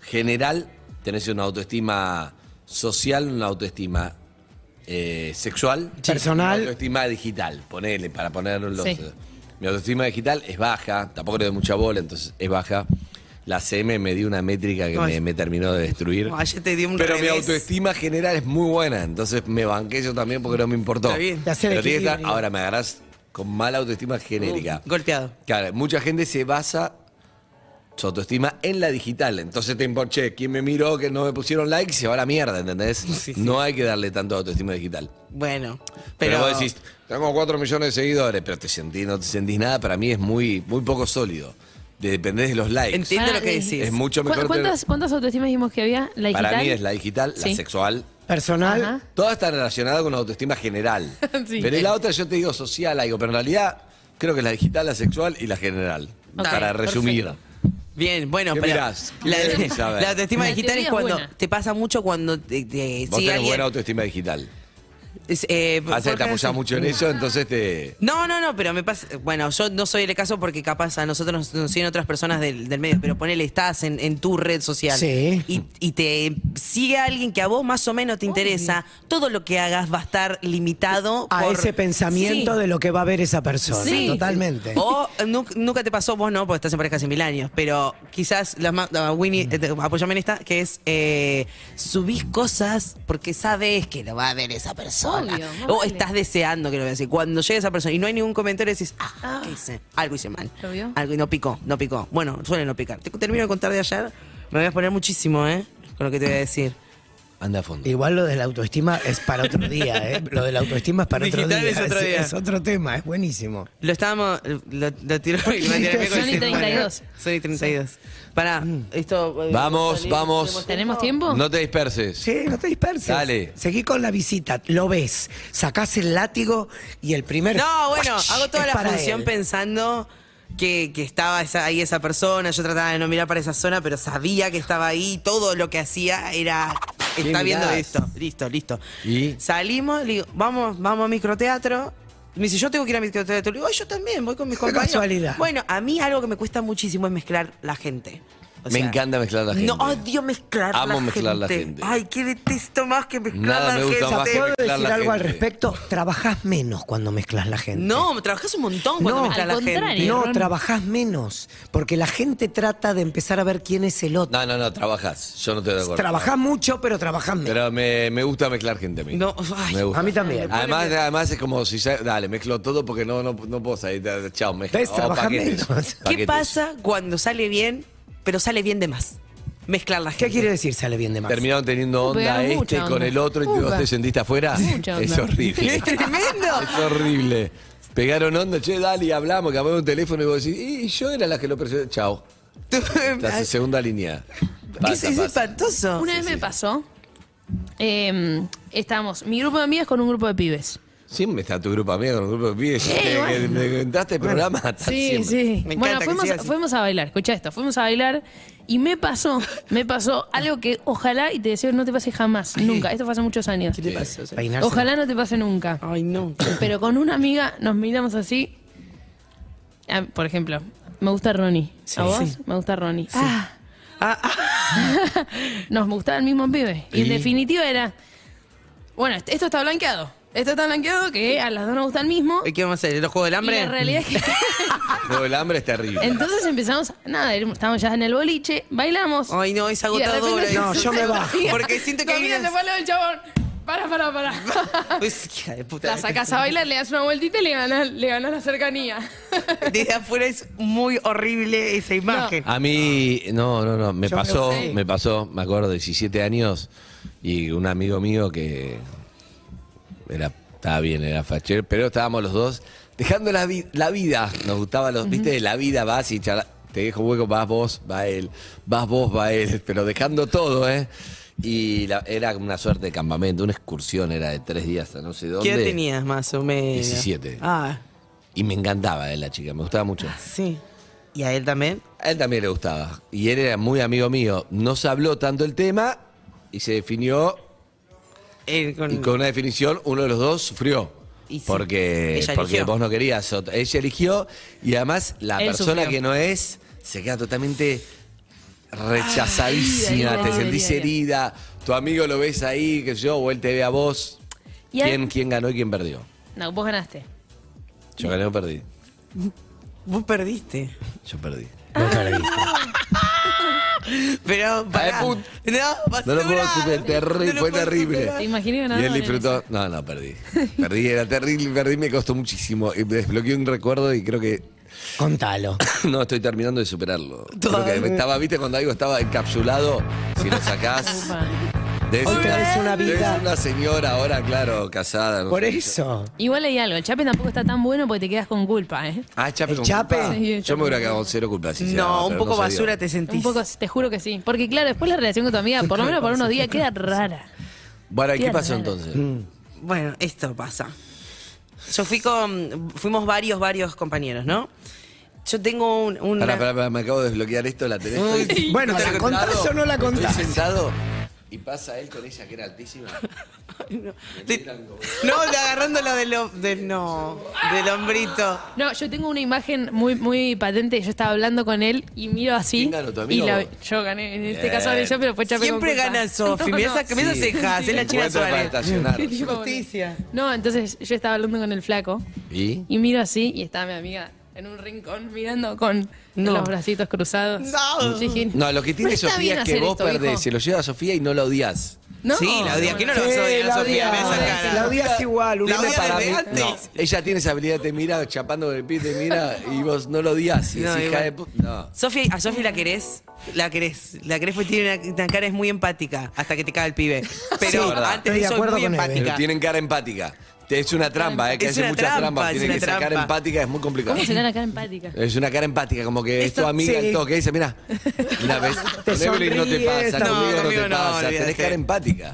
Speaker 3: general, tenés una autoestima social, una autoestima eh, sexual,
Speaker 5: Sí. Personal.
Speaker 3: una autoestima digital. Ponele, para ponerlo. eh,
Speaker 6: Sí.
Speaker 3: Mi autoestima digital es baja, tampoco le doy mucha bola, entonces es baja. La CM me dio una métrica que
Speaker 4: Ay.
Speaker 3: me, me terminó de destruir.
Speaker 4: No, ayer te di un
Speaker 3: Pero mi
Speaker 4: revés.
Speaker 3: autoestima general es muy buena, entonces me banqué yo también porque no me importó.
Speaker 4: Está bien.
Speaker 5: Te hace el
Speaker 3: Pero tiene que estar-
Speaker 5: equilibrio.
Speaker 3: ahora me agarrás con mala autoestima genérica.
Speaker 4: Uh, Golpeado.
Speaker 3: Claro, mucha gente se basa su autoestima en la digital. Entonces te importa, che, ¿quién me miró que no me pusieron like? Se va a la mierda, ¿entendés? No hay que darle tanto autoestima digital.
Speaker 4: Bueno,
Speaker 3: Pero,
Speaker 4: pero,
Speaker 3: vos decís, tengo 4 millones de seguidores, pero te sentí, no te sentís nada, para mí es muy, muy poco sólido. De- Dependés de los likes.
Speaker 4: Entiendo. Entiendo lo
Speaker 6: Ah,
Speaker 4: que decís.
Speaker 3: Es mucho
Speaker 6: ¿Cu-
Speaker 3: mejor tener-
Speaker 6: ¿Cuántas, ¿Cuántas autoestimas dijimos que había? La digital.
Speaker 3: Para mí es la digital, la
Speaker 6: Sí.
Speaker 3: sexual,
Speaker 5: Personal.
Speaker 6: Ajá.
Speaker 3: Todo está relacionado con la autoestima general.
Speaker 6: Sí.
Speaker 3: Pero en la otra yo te digo social, algo, pero en realidad creo que es la digital, la sexual y la general.
Speaker 6: Ok,
Speaker 3: para resumir.
Speaker 4: bien, bueno,
Speaker 3: ¿Qué
Speaker 4: pero
Speaker 3: mirás?
Speaker 4: la,
Speaker 3: ¿Qué sabes?
Speaker 4: la autoestima
Speaker 6: La
Speaker 4: digital
Speaker 6: teoría
Speaker 4: es
Speaker 6: es
Speaker 4: cuando
Speaker 6: buena.
Speaker 4: te pasa mucho cuando te, te
Speaker 3: Vos
Speaker 4: sigue
Speaker 3: tenés
Speaker 4: alguien.
Speaker 3: buena autoestima digital.
Speaker 4: Es, eh,
Speaker 3: Pasa que te apoyás mucho en eso, entonces te.
Speaker 4: No, no, no, pero me pasa. Bueno, yo no soy el caso porque capaz a nosotros nos, nos siguen otras personas del, del medio, pero ponele, estás en, en tu red social.
Speaker 5: Sí.
Speaker 4: Y, y te sigue alguien que a vos más o menos te interesa, todo lo que hagas va a estar limitado
Speaker 5: A
Speaker 4: por-
Speaker 5: ese pensamiento
Speaker 4: Sí.
Speaker 5: de lo que va a ver esa persona.
Speaker 4: Sí.
Speaker 5: Totalmente.
Speaker 4: O eh, nu- nunca te pasó, vos no, porque estás en pareja hace mil años, pero quizás, la, ma- la Winnie, eh, te- apoyame en esta, que es eh, subís cosas porque sabes que lo va a ver esa persona.
Speaker 6: Obvio, más
Speaker 4: o
Speaker 6: vale.
Speaker 4: estás deseando que lo vea así. Cuando llega esa persona y no hay ningún comentario, decís, ah,
Speaker 6: Ah.
Speaker 4: ¿qué hice? Algo hice mal.
Speaker 6: ¿Lo vio?
Speaker 4: Algo, y no picó, no picó. Bueno, suele no picar. Te termino de contar de ayer, me voy a poner muchísimo, ¿eh? Con lo que te voy a decir.
Speaker 3: Anda a fondo.
Speaker 5: Igual lo de la autoestima es para otro día, ¿eh? Lo de la autoestima es para otro día.
Speaker 4: Digital es otro día.
Speaker 5: es otro tema, es buenísimo.
Speaker 4: Lo estábamos. Lo, lo tiró y lo tiré
Speaker 6: Son y
Speaker 4: con-
Speaker 6: 32.
Speaker 4: Son y 32. Pará, esto. eh,
Speaker 3: Vamos,
Speaker 4: salir,
Speaker 3: vamos.
Speaker 6: ¿Tenemos tiempo?
Speaker 3: No te disperses.
Speaker 5: Sí, no te disperses.
Speaker 3: Dale.
Speaker 5: Seguí con la visita, lo ves, sacás el látigo y el primer...
Speaker 4: No, bueno,
Speaker 5: ¡Uach!
Speaker 4: hago toda
Speaker 5: es
Speaker 4: la
Speaker 5: para
Speaker 4: función
Speaker 5: él.
Speaker 4: pensando que, que estaba esa- ahí esa persona. Yo trataba de no mirar para esa zona, pero sabía que estaba ahí. Todo lo que hacía era. Está
Speaker 3: mirás?
Speaker 4: viendo esto. Listo, listo.
Speaker 3: ¿Y?
Speaker 4: Salimos, le digo, vamos, vamos a microteatro. Me dice, yo tengo que ir a microteatro. Le digo, "Ay, yo también, voy con mis
Speaker 5: Qué
Speaker 4: compañeros.
Speaker 5: casualidad.
Speaker 4: Bueno, a mí algo que me cuesta muchísimo es mezclar la gente. O
Speaker 3: Me
Speaker 4: sea,
Speaker 3: encanta mezclar la gente.
Speaker 4: No, odio mezclar
Speaker 3: Amo
Speaker 4: la
Speaker 3: mezclar la
Speaker 4: gente.
Speaker 3: gente.
Speaker 4: Ay, qué detesto más que mezclar
Speaker 3: Nada
Speaker 4: la
Speaker 3: me gusta
Speaker 4: gente.
Speaker 3: más que
Speaker 5: ¿Puedo decir
Speaker 3: Mezclar la
Speaker 5: algo al
Speaker 3: gente.
Speaker 5: respecto? Trabajás menos cuando mezclas la gente.
Speaker 4: No, trabajas un montón cuando
Speaker 5: No,
Speaker 4: mezclas
Speaker 6: al
Speaker 4: la gente.
Speaker 6: contrario.
Speaker 5: No,
Speaker 6: Ron.
Speaker 5: trabajás menos, porque la gente trata de empezar a ver quién es el otro.
Speaker 3: No, no, no, trabajas. Yo no estoy de acuerdo.
Speaker 5: Trabajás mucho, pero trabajás menos.
Speaker 3: Pero me, me gusta mezclar gente a mí.
Speaker 4: No, ay,
Speaker 3: me gusta.
Speaker 5: a mí también.
Speaker 3: Además, además es como si ya, dale, mezclo todo porque no, no, no puedo salir. da- Chao, mezclo.
Speaker 5: ¿Ves? Trabajá menos.
Speaker 4: ¿Qué pasa cuando sale bien, pero sale bien de más? Mezclar la gente.
Speaker 5: ¿Qué quiere decir sale bien de más?
Speaker 3: Terminaron teniendo onda
Speaker 6: Pegaron
Speaker 3: este
Speaker 6: mucha
Speaker 3: con
Speaker 6: onda.
Speaker 3: el otro y vos
Speaker 6: Upa.
Speaker 3: te sentiste afuera.
Speaker 6: Mucha
Speaker 3: Es
Speaker 6: onda.
Speaker 3: horrible.
Speaker 4: ¡Es tremendo!
Speaker 3: Es horrible. Pegaron onda, che, dale, y hablamos, que un teléfono y vos decís, y yo era la que lo presionó. Chao. Estás en segunda línea.
Speaker 4: es,
Speaker 3: Pasa,
Speaker 4: es
Speaker 3: pasa.
Speaker 4: espantoso.
Speaker 6: Una vez me pasó, eh, estábamos, mi grupo de amigas con un grupo de pibes.
Speaker 3: Siempre está tu grupo amigo, con el grupo de pibes.
Speaker 6: Eh,
Speaker 3: que- que-
Speaker 6: bueno.
Speaker 3: que- que entraste al programa. está siempre.
Speaker 6: sí.
Speaker 4: Me encanta
Speaker 6: bueno,
Speaker 4: que
Speaker 6: fuimos,
Speaker 4: siga así.
Speaker 6: fuimos a bailar, escucha esto, fuimos a bailar y me pasó, me pasó algo que ojalá y te deseo no te pase jamás, nunca. Esto fue hace muchos años.
Speaker 5: Peinarse.
Speaker 6: Ojalá no te pase nunca.
Speaker 4: Ay, no.
Speaker 6: Pero con una amiga nos miramos así. Ah, por ejemplo, me gusta Ronnie.
Speaker 5: Sí.
Speaker 6: ¿A vos?
Speaker 5: Sí.
Speaker 6: Me gusta Ronnie. Ah.
Speaker 4: Ah, ah,
Speaker 6: nos gustaba el mismo pibe. Y en
Speaker 3: Y-
Speaker 6: definitiva era. Bueno, est- esto está blanqueado. Esto está blanqueado que a las dos nos gusta el mismo.
Speaker 4: ¿Qué vamos a hacer? ¿Los Juegos del
Speaker 6: Y la
Speaker 4: Hambre?
Speaker 6: realidad es que.
Speaker 3: Pero el hambre es terrible.
Speaker 6: Entonces empezamos. Nada, estábamos ya en el boliche, bailamos.
Speaker 4: Ay, no, es
Speaker 6: Y de
Speaker 4: agotador.
Speaker 6: repente-
Speaker 5: No, yo me bajo.
Speaker 4: Porque siento que
Speaker 6: No,
Speaker 4: hay
Speaker 6: mira,
Speaker 4: unas-
Speaker 6: se fue al lado del chabón. Para, para, para.
Speaker 4: Pues, hija de puta.
Speaker 6: La sacas a bailar, le das una vueltita y le ganas, le ganás la cercanía.
Speaker 4: Desde afuera es muy horrible esa imagen.
Speaker 3: A mí, no, no, no, me
Speaker 5: Yo
Speaker 3: pasó,
Speaker 6: creo que sí.
Speaker 3: me pasó, me acuerdo, 17 años y un amigo mío que era, estaba bien, era facher, pero estábamos los dos dejando la, vi- la vida, nos gustaba los, viste, la vida, vas y charla- te dejo hueco, vas vos, va él, vas vos, va él, pero dejando todo, ¿eh? Y la- era una suerte de campamento, una excursión, era de tres días a no sé dónde.
Speaker 4: ¿Qué edad tenías más o menos?
Speaker 3: 17.
Speaker 4: Ah,
Speaker 3: Y me encantaba eh, la chica, me gustaba mucho.
Speaker 4: sí. ¿Y a él también?
Speaker 3: A él también le gustaba. Y él era muy amigo mío. No se habló tanto el tema y se definió.
Speaker 4: Él
Speaker 3: Y con una definición, uno de los dos sufrió.
Speaker 4: Y sí,
Speaker 3: Porque,
Speaker 4: ella
Speaker 3: porque
Speaker 4: eligió.
Speaker 3: vos no querías. otra- Ella eligió y además la
Speaker 6: Él
Speaker 3: persona
Speaker 6: sufrió.
Speaker 3: que no es se queda totalmente rechazadísima.
Speaker 6: herida,
Speaker 3: te
Speaker 6: herida,
Speaker 3: sentís
Speaker 6: herida.
Speaker 3: herida. Tu amigo lo ves ahí, que yo, o él te ve a vos.
Speaker 6: Y a-
Speaker 3: ¿Quién, quién ganó y quién perdió?
Speaker 6: No, vos ganaste.
Speaker 3: Yo gané o perdí.
Speaker 4: Vos perdiste.
Speaker 3: Yo perdí.
Speaker 4: Pero pará.
Speaker 3: Ah, de put-
Speaker 4: No,
Speaker 3: No lo puedo
Speaker 4: basura.
Speaker 3: superar,
Speaker 4: No
Speaker 3: terri-
Speaker 4: lo
Speaker 3: fue
Speaker 4: puedo
Speaker 3: terrible.
Speaker 4: superar.
Speaker 6: Te imaginé ganando
Speaker 3: Y él
Speaker 6: en
Speaker 3: disfrutó. No, no, perdí. Perdí, era terrible, perdí, me costó muchísimo. Y me desbloqueé un recuerdo y creo que.
Speaker 5: Contalo.
Speaker 3: No, estoy terminando de superarlo. Creo
Speaker 4: Todavía.
Speaker 3: que estaba, viste, cuando algo estaba encapsulado, si lo sacás.
Speaker 6: Upa.
Speaker 3: debe ser
Speaker 5: Otra vez una
Speaker 3: debe
Speaker 5: vida.
Speaker 3: ser una señora ahora, claro, casada. no
Speaker 5: Por
Speaker 3: sé.
Speaker 5: eso.
Speaker 6: Igual hay algo, el Chape tampoco está tan bueno porque te quedas con culpa, ¿eh?
Speaker 3: Ah, Chape.
Speaker 5: ¿El
Speaker 3: con
Speaker 5: Chape?
Speaker 3: culpa.
Speaker 6: Sí, el
Speaker 3: Yo
Speaker 6: Chape.
Speaker 3: me hubiera quedado con cero culpa. si se daba,
Speaker 4: No, un
Speaker 3: pero
Speaker 4: poco
Speaker 3: se dio.
Speaker 4: basura te sentís.
Speaker 6: Un poco, te juro que sí. Porque claro, después la relación con tu amiga, por lo menos por unos días, queda rara.
Speaker 3: Bueno, ¿y qué
Speaker 6: Tierra,
Speaker 3: pasó
Speaker 6: nena.
Speaker 3: entonces?
Speaker 5: Mm.
Speaker 4: Bueno, esto pasa. Yo fui con. Fuimos varios, varios compañeros, ¿no? Yo tengo un. una-
Speaker 3: Pará, pará, pará, me acabo de desbloquear esto, la tenés.
Speaker 5: Uy,
Speaker 3: Estoy-
Speaker 5: bueno,
Speaker 3: estoy
Speaker 5: ¿la contás
Speaker 3: sentado,
Speaker 5: o no la contás?
Speaker 3: Estoy sentado y pasa él con ella que era altísima.
Speaker 4: no. De- no, de agarrando lo del, hom- de- no, del hombrito.
Speaker 6: No, yo tengo una imagen muy, muy patente. Yo estaba hablando con él y miro así.
Speaker 3: ¿Quién ganó, tu amigo
Speaker 6: y la-
Speaker 3: o vos?
Speaker 6: yo gané. En este
Speaker 3: Bien.
Speaker 6: caso gané yo, pero fue Chape con
Speaker 4: Siempre
Speaker 6: culpa.
Speaker 4: gana Sofi.
Speaker 6: No,
Speaker 4: Mirá
Speaker 6: no.
Speaker 4: esas que- mirá esas cejas, es la China
Speaker 3: Encuentro para
Speaker 4: Suárez.
Speaker 3: estacionar.
Speaker 6: Tipo, bueno.
Speaker 4: Justicia.
Speaker 6: No, entonces yo estaba hablando con el flaco
Speaker 3: ¿Y?
Speaker 6: y miro así y estaba mi amiga en un rincón mirando con
Speaker 4: No.
Speaker 6: los bracitos cruzados.
Speaker 4: No.
Speaker 6: Yo dije,
Speaker 3: No, lo que tiene
Speaker 6: "No está bien
Speaker 3: Sofía es que
Speaker 6: hacer
Speaker 3: vos
Speaker 6: esto,
Speaker 3: perdés,
Speaker 6: hijo".
Speaker 3: se lo lleva a Sofía y no la odias.
Speaker 6: No.
Speaker 4: Sí, la odia. ¿Quién no la vas a odiar,
Speaker 5: la
Speaker 4: Sofía? Mirá esa
Speaker 5: odias.
Speaker 4: cara.
Speaker 5: La odias igual.
Speaker 4: La
Speaker 5: Uriel.
Speaker 4: odias
Speaker 3: para
Speaker 4: desde
Speaker 3: mí,
Speaker 4: antes.
Speaker 3: no. Ella tiene esa habilidad, te mira chapando con el pie, te mira y vos no lo odias. Y
Speaker 4: No,
Speaker 3: decís, hija
Speaker 4: igual.
Speaker 3: de pu- No.
Speaker 4: Sofi, a Sofi la querés, la querés, la querés porque tiene una, una cara es muy empática hasta que te cae el pibe.
Speaker 3: Sí,
Speaker 4: Pero
Speaker 3: verdad.
Speaker 4: antes
Speaker 5: Estoy de
Speaker 4: de eso es
Speaker 5: acuerdo
Speaker 4: muy
Speaker 5: con él.
Speaker 3: Pero
Speaker 4: empática.
Speaker 3: tienen cara empática. Es una trampa, ¿eh? Que
Speaker 4: Es
Speaker 3: hace
Speaker 4: una
Speaker 3: mucha
Speaker 4: trampa,
Speaker 3: trampa.
Speaker 4: es
Speaker 3: Tiene
Speaker 4: una
Speaker 3: que ser cara
Speaker 4: trampa.
Speaker 3: empática, es muy complicado.
Speaker 6: ¿Cómo será la cara empática?
Speaker 3: Es una cara empática, como que es tu
Speaker 5: Esa-
Speaker 3: amiga
Speaker 5: sí.
Speaker 3: el toque. Dice, mira, la ves.
Speaker 5: Te
Speaker 3: con Evelyn no te
Speaker 5: sonríe,
Speaker 3: pasa,
Speaker 5: no,
Speaker 3: conmigo no
Speaker 4: conmigo
Speaker 3: te
Speaker 4: no,
Speaker 3: pasa. Tenés
Speaker 4: olvídate.
Speaker 3: cara empática.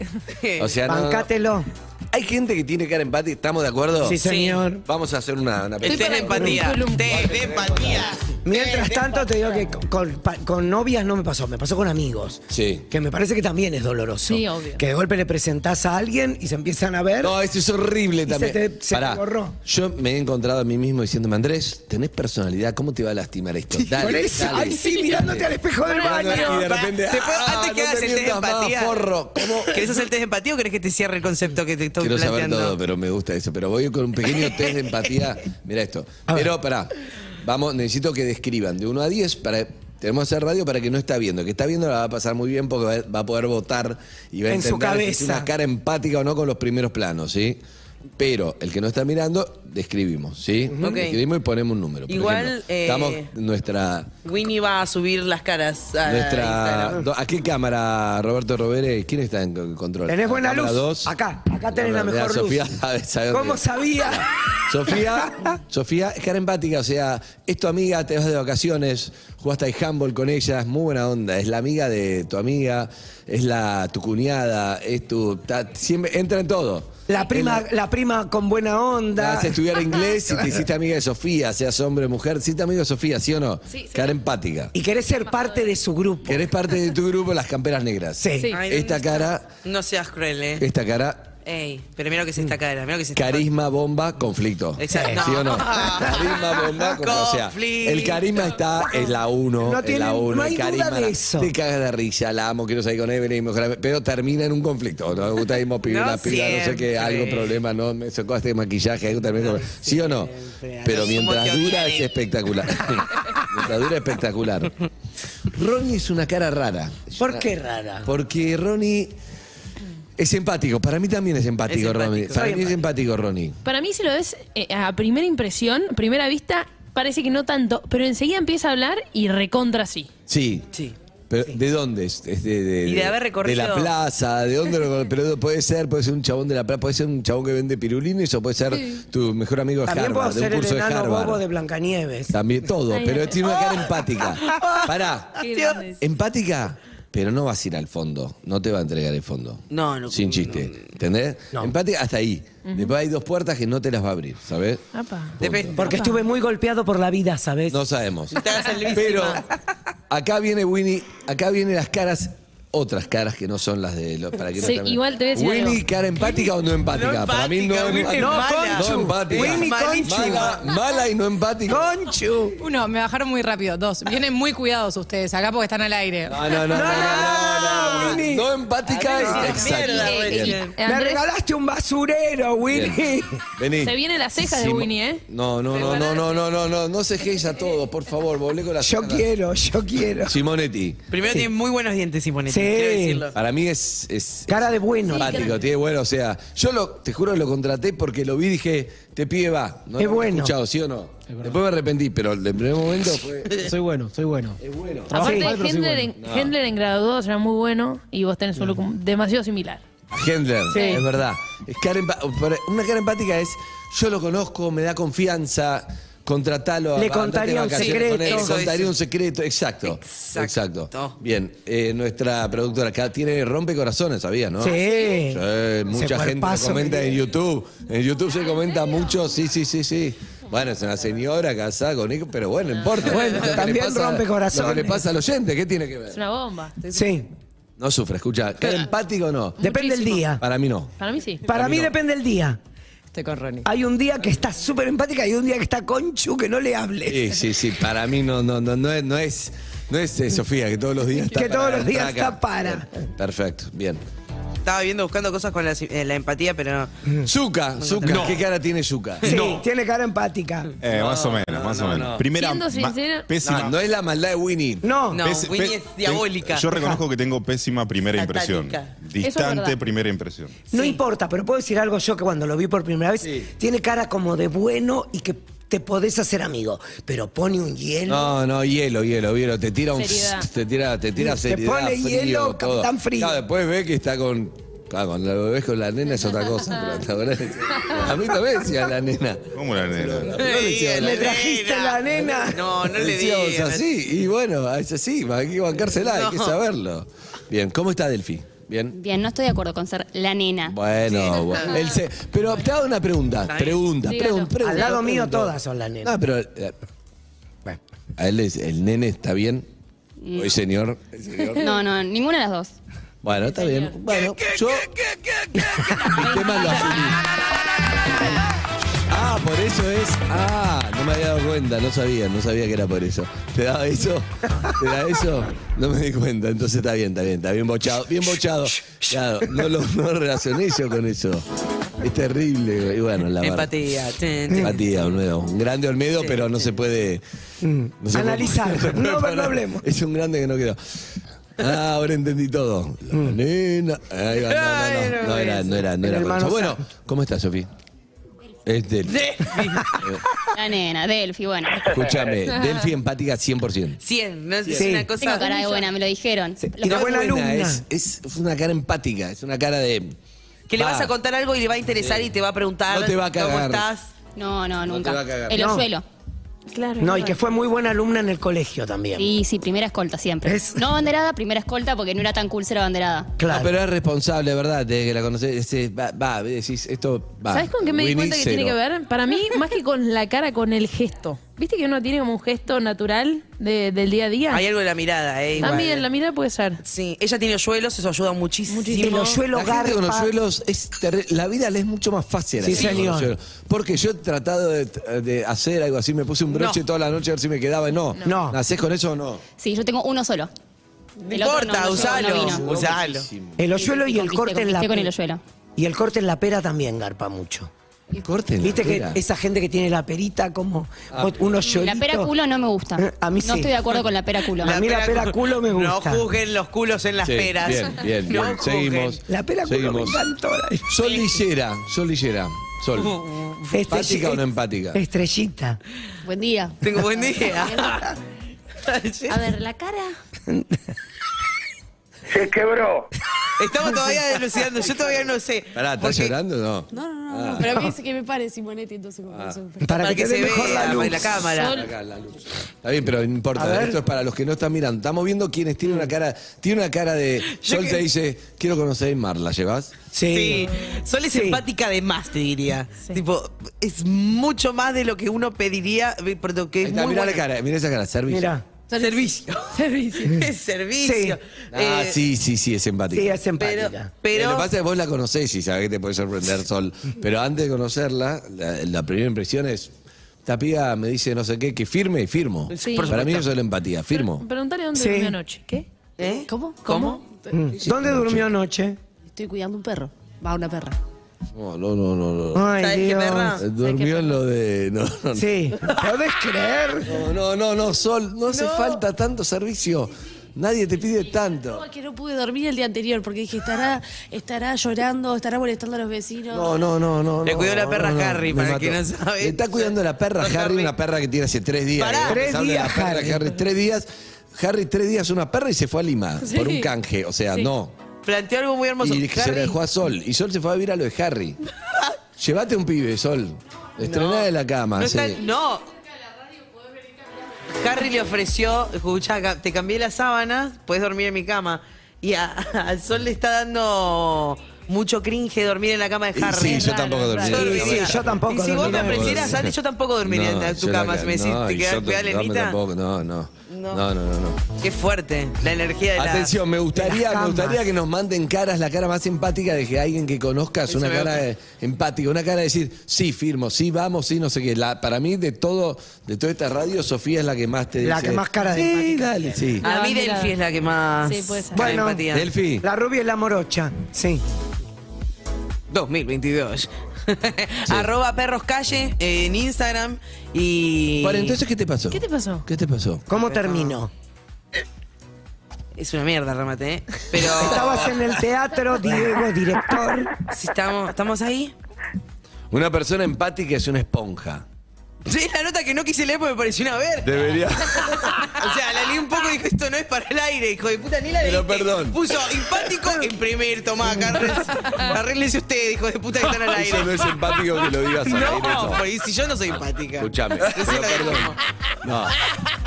Speaker 3: O sea, no-
Speaker 5: Bancátelo.
Speaker 3: Hay gente que tiene cara empática, ¿estamos de acuerdo?
Speaker 5: Sí, señor. Este
Speaker 3: Vamos a hacer una, una
Speaker 4: El
Speaker 3: película.
Speaker 4: test de empatía.
Speaker 6: currículum.
Speaker 4: Test de empatía.
Speaker 5: Mientras tanto, te digo que con, pa- con novias no me pasó, me pasó con amigos.
Speaker 3: Sí.
Speaker 5: Que me parece que también es doloroso.
Speaker 6: Sí, obvio.
Speaker 5: Que de golpe le presentás a alguien y se empiezan a ver.
Speaker 3: No, eso es horrible
Speaker 5: Y
Speaker 3: también.
Speaker 5: se te- se
Speaker 3: Pará.
Speaker 5: te borró.
Speaker 3: Yo me he encontrado a mí mismo diciéndome, Andrés, tenés personalidad, ¿cómo te va a lastimar esto? Dale,
Speaker 5: con eso,
Speaker 3: dale,
Speaker 5: ay, sí,
Speaker 3: dale.
Speaker 5: mirándote al espejo del
Speaker 3: Mirando-
Speaker 5: baño.
Speaker 3: Y de repente,
Speaker 4: Te puedo-
Speaker 3: ah,
Speaker 4: antes que
Speaker 3: no
Speaker 4: hagas
Speaker 3: te
Speaker 4: el test de
Speaker 3: mientas más,
Speaker 4: empatía.
Speaker 3: forro. ¿Cómo?
Speaker 4: ¿Querés hacer el test de empatía o querés que te cierre el concepto que te estoy
Speaker 3: Quiero saber
Speaker 4: planteando?
Speaker 3: todo, pero me gusta eso. Pero voy con un pequeño test de empatía. Mira esto.
Speaker 5: A ver.
Speaker 3: Pero pará, vamos, necesito que describan de 1 a 10 para. Tenemos que hacer radio para que no está viendo. El que está viendo la va a pasar muy bien porque va- va a poder votar y va a
Speaker 5: En su
Speaker 3: entender si es
Speaker 5: cabeza.
Speaker 3: una cara empática o no con los primeros planos, ¿sí? Pero el que no está mirando, describimos, ¿sí?
Speaker 4: Ok.
Speaker 3: Describimos y ponemos un número. por
Speaker 4: Igual,
Speaker 3: ejemplo.
Speaker 4: eh,
Speaker 3: Estamos nuestra.
Speaker 4: Winnie va a subir las caras
Speaker 6: Ah,
Speaker 4: a
Speaker 3: Nuestra,
Speaker 4: Instagram.
Speaker 3: do- ¿A qué cámara, Roberto Robere? ¿Quién está en c- control?
Speaker 5: Tenés buena
Speaker 3: Cámara
Speaker 5: luz.
Speaker 3: dos.
Speaker 5: Acá, acá tenés la
Speaker 3: verdad,
Speaker 5: mejor luz.
Speaker 3: Sofía sabe- sabe dónde
Speaker 5: ¿Cómo
Speaker 3: es.
Speaker 5: sabía?
Speaker 3: Sofía, Sofía es cara empática, o sea, es tu amiga, te vas de vacaciones, jugaste al handball con ella, es muy buena onda, es la amiga de tu amiga, es la tu cuñada, es tu. ta- siempre, entra en todo.
Speaker 5: La prima, la prima con buena
Speaker 3: La
Speaker 5: onda.
Speaker 3: hace estudiar inglés y te hiciste amiga de Sofía, seas hombre o mujer, hiciste amigo de Sofía, ¿sí o no?
Speaker 6: Sí, sí.
Speaker 3: Cara empática.
Speaker 5: Y querés ser parte de su grupo.
Speaker 3: Querés parte de tu grupo, las camperas negras.
Speaker 5: Sí.
Speaker 6: Sí.
Speaker 4: Ay,
Speaker 3: Esta cara,
Speaker 4: No seas cruel, eh.
Speaker 3: esta cara,
Speaker 4: Ey, pero mira lo que es esta cara, mira lo que es esta
Speaker 3: carisma, bomba, conflicto.
Speaker 4: Exacto.
Speaker 3: ¿Sí o no? Carisma, bomba, con- o sea,
Speaker 4: Conflicto.
Speaker 3: el carisma está, es la uno,
Speaker 5: No
Speaker 3: es
Speaker 5: tienen-
Speaker 3: la uno,
Speaker 5: no hay
Speaker 3: el carisma,
Speaker 5: duda de
Speaker 3: la-
Speaker 5: eso.
Speaker 3: te cagas de risa, la amo, quiero salir con Evelyn, mejor amiga, pero termina en un conflicto, ¿no? Me gusta irme a pibe,
Speaker 4: No
Speaker 3: la piba, no sé
Speaker 4: siempre.
Speaker 3: qué, algo, problema, no, me sacó este maquillaje, algo también, ¿sí o no?
Speaker 5: siempre.
Speaker 3: Pero
Speaker 4: Así como
Speaker 3: mientras
Speaker 4: te
Speaker 3: dura
Speaker 4: odian,
Speaker 3: es
Speaker 4: eh.
Speaker 3: espectacular. mientras dura es espectacular. Ronnie es una cara rara. Es
Speaker 5: ¿Por
Speaker 3: una-
Speaker 5: qué rara?
Speaker 3: Porque Ronnie... Es empático, para mí también es empático,
Speaker 4: empático.
Speaker 3: Ronnie. Para
Speaker 4: Soy
Speaker 3: mí es empático, Ronnie.
Speaker 6: Para mí, si lo ves eh, a primera impresión, primera vista, parece que no tanto, pero enseguida empieza a hablar y recontra sí.
Speaker 3: Sí.
Speaker 4: Sí.
Speaker 3: Pero, ¿De dónde? Es Es de,
Speaker 4: Y de haber recorrido-
Speaker 3: De la plaza, ¿de dónde? lo- pero puede ser, puede ser un chabón de la plaza, puede ser un chabón que vende pirulines o puede ser tu mejor amigo de
Speaker 5: También puedo
Speaker 3: Harvard, de un
Speaker 5: ser el
Speaker 3: curso de
Speaker 5: enano
Speaker 3: Harvard.
Speaker 5: bobo de Blancanieves.
Speaker 3: También todo,
Speaker 6: Ay,
Speaker 3: pero
Speaker 6: ay.
Speaker 3: tiene una cara empática. Pará,
Speaker 6: Qué
Speaker 4: Dios.
Speaker 6: grande.
Speaker 3: empática, pero no vas a ir al fondo, no te va a entregar el fondo.
Speaker 4: No, no,
Speaker 3: Sin chiste, ¿entendés? Empática hasta ahí. Después hay dos puertas que no te las va a abrir, ¿sabes?
Speaker 6: Apa.
Speaker 4: Depende.
Speaker 5: Porque estuve muy golpeado por la vida, ¿sabes?
Speaker 6: Eh,
Speaker 3: No sabemos.
Speaker 4: Te hagas el
Speaker 3: Pero
Speaker 4: víctima.
Speaker 3: acá viene Winnie, acá vienen las caras, otras caras que no son las de los para que no
Speaker 6: Sí,
Speaker 3: también-
Speaker 6: igual te voy a decir
Speaker 3: Winnie,
Speaker 6: algo.
Speaker 3: cara empática o no empática.
Speaker 4: No
Speaker 3: para mí no,
Speaker 4: empática,
Speaker 3: empa-
Speaker 4: Winnie
Speaker 3: no,
Speaker 4: mala.
Speaker 3: no empática.
Speaker 5: Winnie Conchu.
Speaker 3: mala, mala y no empática.
Speaker 5: ¡Conchu!
Speaker 7: Uno, me bajaron muy rápido. Dos, vienen muy cuidados ustedes acá porque están al aire.
Speaker 3: No, no, no, no, no, no, no,
Speaker 5: Winnie.
Speaker 3: no empática.
Speaker 4: Ay,
Speaker 3: exacto.
Speaker 4: mierda,
Speaker 3: Bien.
Speaker 4: Winnie.
Speaker 6: Eh,
Speaker 5: ¡Me
Speaker 6: Andrés,
Speaker 5: regalaste un basurero,
Speaker 3: Bien.
Speaker 5: Winnie!
Speaker 3: Vení.
Speaker 6: Se vienen las cejas de
Speaker 3: mo-
Speaker 6: Winnie, ¿eh?
Speaker 3: No, no, no, no, no, no, no, no, no se quejes a todos, por favor, volvé con la
Speaker 5: Yo quiero, yo quiero.
Speaker 3: Simonetti.
Speaker 4: Primero tiene muy buenos dientes, Simonetti,
Speaker 5: Sí.
Speaker 4: quiero decirlo.
Speaker 3: Para mí es, es,
Speaker 5: Cara de bueno.
Speaker 3: Simpático, tiene bueno, o sea, yo lo, te juro que lo contraté porque lo vi y dije, te pide va. No
Speaker 5: Es
Speaker 3: lo había
Speaker 5: bueno.
Speaker 3: escuchado, ¿sí o no? Después me arrepentí, pero en el primer momento fue.
Speaker 8: Soy bueno, soy bueno.
Speaker 3: Es bueno.
Speaker 6: Aparte,
Speaker 5: Sí.
Speaker 6: Hendler, en, Hendler en grado 2 era muy bueno y vos tenés un look demasiado similar.
Speaker 3: Hendler,
Speaker 6: Sí.
Speaker 3: es verdad. Es cara empa- para- una cara empática es, yo lo conozco, me da confianza, contratalo. andate
Speaker 5: Le
Speaker 3: de
Speaker 5: contaría un
Speaker 3: vacaciones
Speaker 5: secreto.
Speaker 3: con él,
Speaker 4: Eso,
Speaker 3: contaría
Speaker 4: eso.
Speaker 3: un secreto, exacto.
Speaker 4: Exacto.
Speaker 3: Bien, eh, nuestra productora acá tiene rompe corazones, ¿sabías, no?
Speaker 5: Sí.
Speaker 3: Sí, mucha
Speaker 5: fue al
Speaker 3: gente
Speaker 5: paso,
Speaker 3: lo comenta
Speaker 5: querido.
Speaker 3: en YouTube. En YouTube se comenta mucho, sí, sí, sí, sí. Bueno, es una señora casada con hijos, pero bueno, no importa.
Speaker 5: Bueno,
Speaker 3: Lo que le
Speaker 5: también
Speaker 3: pasa-
Speaker 5: rompe corazones.
Speaker 3: Lo que le pasa al oyente, ¿qué tiene que
Speaker 6: Es
Speaker 3: ver?
Speaker 6: una bomba.
Speaker 5: Sí.
Speaker 3: No sufre, escucha. ¿Es empático o no?
Speaker 5: Depende del
Speaker 6: Muchísimo.
Speaker 5: día.
Speaker 3: Para mí no.
Speaker 6: Para mí sí.
Speaker 5: Para mí depende del día.
Speaker 7: Estoy con Ronnie.
Speaker 5: Hay un día que está súper empática y un día que está conchu que no le hable.
Speaker 3: Sí, sí, sí. Para mí no, no, no, no es, no es, no es eh, Sofía, que todos los días está
Speaker 5: Que
Speaker 3: para
Speaker 5: todos los
Speaker 3: entrar
Speaker 5: días
Speaker 3: acá.
Speaker 5: está para.
Speaker 3: Bien, Perfecto, bien.
Speaker 4: Estaba viendo buscando cosas con la, eh, la empatía, pero no.
Speaker 3: Zuka, Zuka, ¿qué cara tiene Zuka?
Speaker 5: Sí,
Speaker 8: No.
Speaker 5: tiene cara empática.
Speaker 8: Eh, más o menos, más o menos. Primera,
Speaker 6: Siendo
Speaker 8: ma-
Speaker 6: sincera-
Speaker 8: pésima.
Speaker 3: No, no es la maldad de Winnie.
Speaker 5: No,
Speaker 4: No,
Speaker 8: pés-
Speaker 4: Winnie
Speaker 8: pés-
Speaker 4: es diabólica.
Speaker 8: Yo reconozco que tengo pésima primera
Speaker 4: Satánica.
Speaker 8: impresión.
Speaker 6: es
Speaker 8: Distante
Speaker 6: verdad.
Speaker 8: primera impresión.
Speaker 5: no
Speaker 4: Sí.
Speaker 5: importa, pero puedo decir algo yo que cuando lo vi por primera vez, tiene cara como de bueno y que te podés hacer amigo. Pero pone un hielo.
Speaker 3: No, no, hielo, hielo, hielo. Te tira un.
Speaker 6: Seriedad.
Speaker 3: Te tira, te tira
Speaker 5: Te
Speaker 3: seriedad.
Speaker 5: pone
Speaker 3: frío, todo.
Speaker 5: hielo, Capitán Frío.
Speaker 3: Claro, después ve que está con. Claro, cuando lo ves con la nena es otra cosa. Pero hasta ahora- A mí también decía la nena.
Speaker 8: ¿Cómo la nena?
Speaker 3: No le decía la
Speaker 5: Me
Speaker 3: nena.
Speaker 5: trajiste la nena.
Speaker 4: No, no le
Speaker 3: Decíamos
Speaker 4: digas.
Speaker 3: así. Y bueno, es así. Hay que bancársela, hay que saberlo. Bien, ¿cómo está Delfi? Bien.
Speaker 9: Bien, no estoy de acuerdo con ser la nena.
Speaker 3: Bueno, bueno. Él se- pero te hago una pregunta. Pregunta,
Speaker 6: Dígalo.
Speaker 3: pregunta, pregunta.
Speaker 5: Al lado mío
Speaker 3: pregunta.
Speaker 5: todas son las nenas.
Speaker 3: No, pero. eh, bueno, a él le dice, el nene está bien. Hoy, señor. el señor.
Speaker 9: No, no, ninguna de las dos.
Speaker 3: Bueno, está bien. Bueno, yo. ¿Y qué más lo asumí? Ah, por eso es. Ah, no me había dado cuenta, no sabía, no sabía que era por eso. ¿Te daba eso? ¿Te da eso? No me di cuenta, entonces está bien, está bien, está bien bochado, bien bochado. Claro, no lo no relacioné yo con eso. Es terrible, y bueno, la verdad.
Speaker 4: Empatía. ten, ten.
Speaker 3: Empatía, Olmedo. Un grande Olmedo, pero no se puede. no se puede-
Speaker 5: Analizar.
Speaker 3: se puede
Speaker 5: No,
Speaker 3: parar.
Speaker 5: no hablemos.
Speaker 3: Es un grande que no quedó. Ah, ahora entendí todo. La nena. Ahí va, No, no, no. No era, no era, no era.
Speaker 5: El
Speaker 3: con eso.
Speaker 5: hermano
Speaker 3: Bueno, ¿cómo estás, Sofía? Es Delphi.
Speaker 9: La nena, Delphi, bueno.
Speaker 3: Escúchame, Delphi empática 100%.
Speaker 4: 100, no es
Speaker 5: Sí.
Speaker 4: una cosa.
Speaker 9: Tengo cara de buena, me lo dijeron.
Speaker 5: Y de
Speaker 9: Los-
Speaker 5: buena alumna.
Speaker 3: Es, es- es una cara empática, es una cara de.
Speaker 4: Que le
Speaker 3: Va.
Speaker 4: vas a contar algo y le va a interesar y te va a preguntar
Speaker 3: No te va a
Speaker 4: cómo
Speaker 3: cagar.
Speaker 4: estás.
Speaker 9: No, no,
Speaker 3: No
Speaker 9: nunca.
Speaker 3: te va a cagar.
Speaker 9: el
Speaker 5: No.
Speaker 9: orzuelo.
Speaker 6: Claro.
Speaker 5: No, y que fue muy buena alumna en el colegio también.
Speaker 9: Sí, sí, primera escolta siempre.
Speaker 5: ¿Ves?
Speaker 9: No banderada, primera escolta porque no era tan cool ser abanderada.
Speaker 5: Claro.
Speaker 3: No, pero es responsable, ¿verdad? Desde que la conoces, es- va, va, decís, esto va.
Speaker 6: ¿Sabes con qué me di
Speaker 3: Winnie,
Speaker 6: cuenta que tiene
Speaker 3: cero.
Speaker 6: que ver? Para mí, más que con la cara, con el gesto. ¿Viste que uno tiene como un gesto natural de- del día a día?
Speaker 4: Hay algo de la mirada, eh. igual.
Speaker 6: También, la mirada puede ser.
Speaker 4: Sí, ella tiene hoyuelos, eso ayuda muchísimo.
Speaker 5: el hoyuelo
Speaker 3: La gente con
Speaker 5: garpa.
Speaker 3: hoyuelos es terri- la vida le es mucho más fácil. a
Speaker 5: Sí,
Speaker 3: la gente con
Speaker 5: señor.
Speaker 3: hoyuelos. Porque yo he tratado de, de hacer algo así, me puse un broche
Speaker 4: No.
Speaker 3: toda la noche a ver si me quedaba y no.
Speaker 5: No.
Speaker 3: ¿Nacés con eso o no?
Speaker 9: Sí, yo tengo uno solo.
Speaker 4: No
Speaker 9: El otro
Speaker 4: importa,
Speaker 9: no, no,
Speaker 4: usalo.
Speaker 9: no vino.
Speaker 4: usalo.
Speaker 5: El hoyuelo y el
Speaker 9: Conquisté,
Speaker 5: corte en la
Speaker 9: conquisté con el
Speaker 5: pera.
Speaker 9: hoyuelo.
Speaker 5: Y el corte en la pera también garpa mucho.
Speaker 3: Corten. la
Speaker 5: Viste que
Speaker 3: pera.
Speaker 5: esa gente que tiene la perita como
Speaker 4: Ah.
Speaker 5: unos
Speaker 9: La pera culo no me gusta.
Speaker 5: A mí
Speaker 9: No
Speaker 5: sí.
Speaker 9: estoy de acuerdo con la pera culo.
Speaker 5: A mí la pera culo me gusta.
Speaker 4: No juzguen los culos en las
Speaker 3: Sí,
Speaker 4: peras.
Speaker 3: Bien, bien,
Speaker 4: No
Speaker 3: bien.
Speaker 4: juzguen.
Speaker 3: Seguimos.
Speaker 5: La pera culo me
Speaker 3: Seguimos.
Speaker 5: encantó.
Speaker 3: Sol Lillera, Sol Lillera. Sol.
Speaker 5: Uh.
Speaker 3: ¿Empática o no empática?
Speaker 5: Estrellita.
Speaker 9: Buen día.
Speaker 4: Tengo buen día.
Speaker 9: A ver, la cara.
Speaker 10: Se quebró.
Speaker 4: Estamos todavía delucidando, yo todavía no sé.
Speaker 3: Pará, ¿estás
Speaker 4: Porque-
Speaker 3: llorando o no?
Speaker 7: No, no, no, no, pero a mí dice que me pare Simonetti, entonces como eso.
Speaker 5: Para, que, te
Speaker 4: se
Speaker 5: dé mejor
Speaker 4: vea
Speaker 5: la
Speaker 4: la,
Speaker 5: luz.
Speaker 4: la cámara.
Speaker 3: Acá, la luz. Está bien, pero no
Speaker 5: A
Speaker 3: importa.
Speaker 5: ver.
Speaker 3: Esto es para los que no están mirando. Estamos viendo quienes tienen una cara. Tiene una cara de. Sol
Speaker 4: que-
Speaker 3: te dice, quiero conocer a Inmar, ¿la llevas?
Speaker 5: Sí.
Speaker 4: Sí. Sol es empática de más, te diría. Tipo, es mucho más de lo que uno pediría, pero lo que
Speaker 3: Ahí
Speaker 4: es
Speaker 3: está,
Speaker 4: muy
Speaker 3: mirá la
Speaker 4: bueno.
Speaker 3: cara, mirá esa cara, servicio.
Speaker 5: Mira.
Speaker 4: Servicio.
Speaker 7: Servicio.
Speaker 4: es servicio.
Speaker 3: Ah,
Speaker 4: Eh,
Speaker 3: sí, sí, sí, es empática.
Speaker 5: Sí, es
Speaker 4: Pero,
Speaker 5: empática.
Speaker 3: Lo que
Speaker 4: pero
Speaker 3: pasa es que vos la conocés y sabés que te puede sorprender Sol. Pero antes de conocerla, la, la primera impresión es. Esta piba me dice no sé qué, que firme y firmo.
Speaker 6: Sí. Por
Speaker 3: Para mí eso es la empatía, firmo.
Speaker 6: Preguntale dónde
Speaker 5: Sí.
Speaker 6: durmió anoche. ¿Qué?
Speaker 4: ¿Eh?
Speaker 7: ¿Cómo?
Speaker 4: ¿Cómo?
Speaker 5: Mm. ¿Dónde durmió anoche?
Speaker 7: Estoy cuidando un perro. Va una perra.
Speaker 3: No, no, no, no. no.
Speaker 5: Ay,
Speaker 4: ¿Sabes qué,
Speaker 5: Dios.
Speaker 4: perra?
Speaker 3: Eh, Durmió en lo de. No, no, no.
Speaker 5: Sí. ¿Podés creer?
Speaker 3: No, no, no, no, Sol, no hace falta tanto servicio. Nadie te pide tanto.
Speaker 7: No, que no pude dormir el día anterior porque dije, estará, estará llorando, estará molestando a los vecinos.
Speaker 3: No, no, no, no.
Speaker 4: Le
Speaker 3: no,
Speaker 4: cuidó la perra
Speaker 3: no,
Speaker 4: Harry,
Speaker 3: me
Speaker 4: para
Speaker 3: mató.
Speaker 4: quien no sabe.
Speaker 3: Le está cuidando la perra
Speaker 4: Don
Speaker 3: Harry,
Speaker 4: Harry.
Speaker 3: una perra que tiene hace tres días.
Speaker 4: Pará.
Speaker 3: que
Speaker 5: Tres
Speaker 3: habla de la
Speaker 5: días,
Speaker 3: perra
Speaker 5: Harry.
Speaker 3: Harry. Tres días. Harry, tres días, una perra y se fue a Lima por un canje. O sea, no.
Speaker 4: Planteó algo muy hermoso.
Speaker 3: Y se la
Speaker 4: Harry,
Speaker 3: dejó a Sol. Y Sol se fue a vivir a lo de Harry. Llévate un pibe, Sol. Estrená de la cama.
Speaker 4: no,
Speaker 3: sí.
Speaker 4: está- no. Harry le ofreció, escuchá, ca- te cambié las sábanas, puedes dormir en mi cama. Y a- al sol le está dando mucho cringe dormir en la cama de
Speaker 3: Y sí,
Speaker 4: Harry.
Speaker 3: yo tampoco dormí.
Speaker 5: raro.
Speaker 3: en la
Speaker 5: Sí,
Speaker 3: cama.
Speaker 5: sí, yo tampoco
Speaker 4: Y si vos
Speaker 5: dormí
Speaker 4: me
Speaker 5: en la
Speaker 4: ofrecieras,
Speaker 3: cama.
Speaker 4: Ani, yo tampoco dormiría en
Speaker 3: No,
Speaker 4: tu
Speaker 3: yo
Speaker 4: cama.
Speaker 3: la-
Speaker 4: Si me decís,
Speaker 3: no,
Speaker 4: te
Speaker 3: y
Speaker 4: quedás
Speaker 3: yo
Speaker 4: cuidada,
Speaker 3: no, me
Speaker 4: Lenita.
Speaker 3: tampoco, no, no.
Speaker 4: llorando.
Speaker 3: No, no, no, no.
Speaker 4: Qué fuerte. La energía de la.
Speaker 3: Atención, me
Speaker 5: de las
Speaker 3: gustaría, me
Speaker 5: camas.
Speaker 3: gustaría que nos manden caras, la cara más empática de que alguien que conozcas,
Speaker 4: Eso
Speaker 3: una
Speaker 4: me
Speaker 3: cara
Speaker 4: gusta.
Speaker 3: de- empática, una cara de decir, sí, firmo, sí, vamos, sí, no sé qué. La, para mí, de todo, de toda esta radio, Sofía es la que más te
Speaker 5: La
Speaker 3: dice,
Speaker 5: que más cara de
Speaker 3: "Sí,
Speaker 5: empática
Speaker 3: dale, sí.
Speaker 4: A mí
Speaker 6: La bandera.
Speaker 4: Delphi es la que más.
Speaker 6: Sí, puede ser.
Speaker 5: Bueno,
Speaker 4: empatía.
Speaker 3: Delphi,
Speaker 5: La rubia es la morocha, sí.
Speaker 4: 2022. Arroba perros calle eh, en Instagram y.
Speaker 3: Bueno, entonces, ¿qué te pasó?
Speaker 6: ¿Qué te pasó?
Speaker 3: ¿Qué te pasó?
Speaker 5: ¿Cómo terminó?
Speaker 4: Es una mierda, remate, ¿eh? Pero.
Speaker 5: Estabas en el teatro, Diego, director.
Speaker 4: Sí, estamos, ¿Estamos ahí?
Speaker 3: Una persona empática es una esponja.
Speaker 4: Sí, es la nota que no quise leer porque me pareció una verga.
Speaker 3: Debería.
Speaker 4: O sea, la leí un poco y dije, esto no es para el aire, hijo de puta, ni la leí.
Speaker 3: Pero perdón.
Speaker 4: Puso empático, imprimir, tomá, Carles. Arréglense ustedes, hijo de puta, que están al aire.
Speaker 3: Eso no es empático que lo digas al aire,
Speaker 4: No,
Speaker 3: eso.
Speaker 4: porque si yo no soy empática.
Speaker 3: Escúchame,
Speaker 4: Decilo
Speaker 3: pero
Speaker 4: de
Speaker 3: perdón.
Speaker 4: cómo.
Speaker 3: No,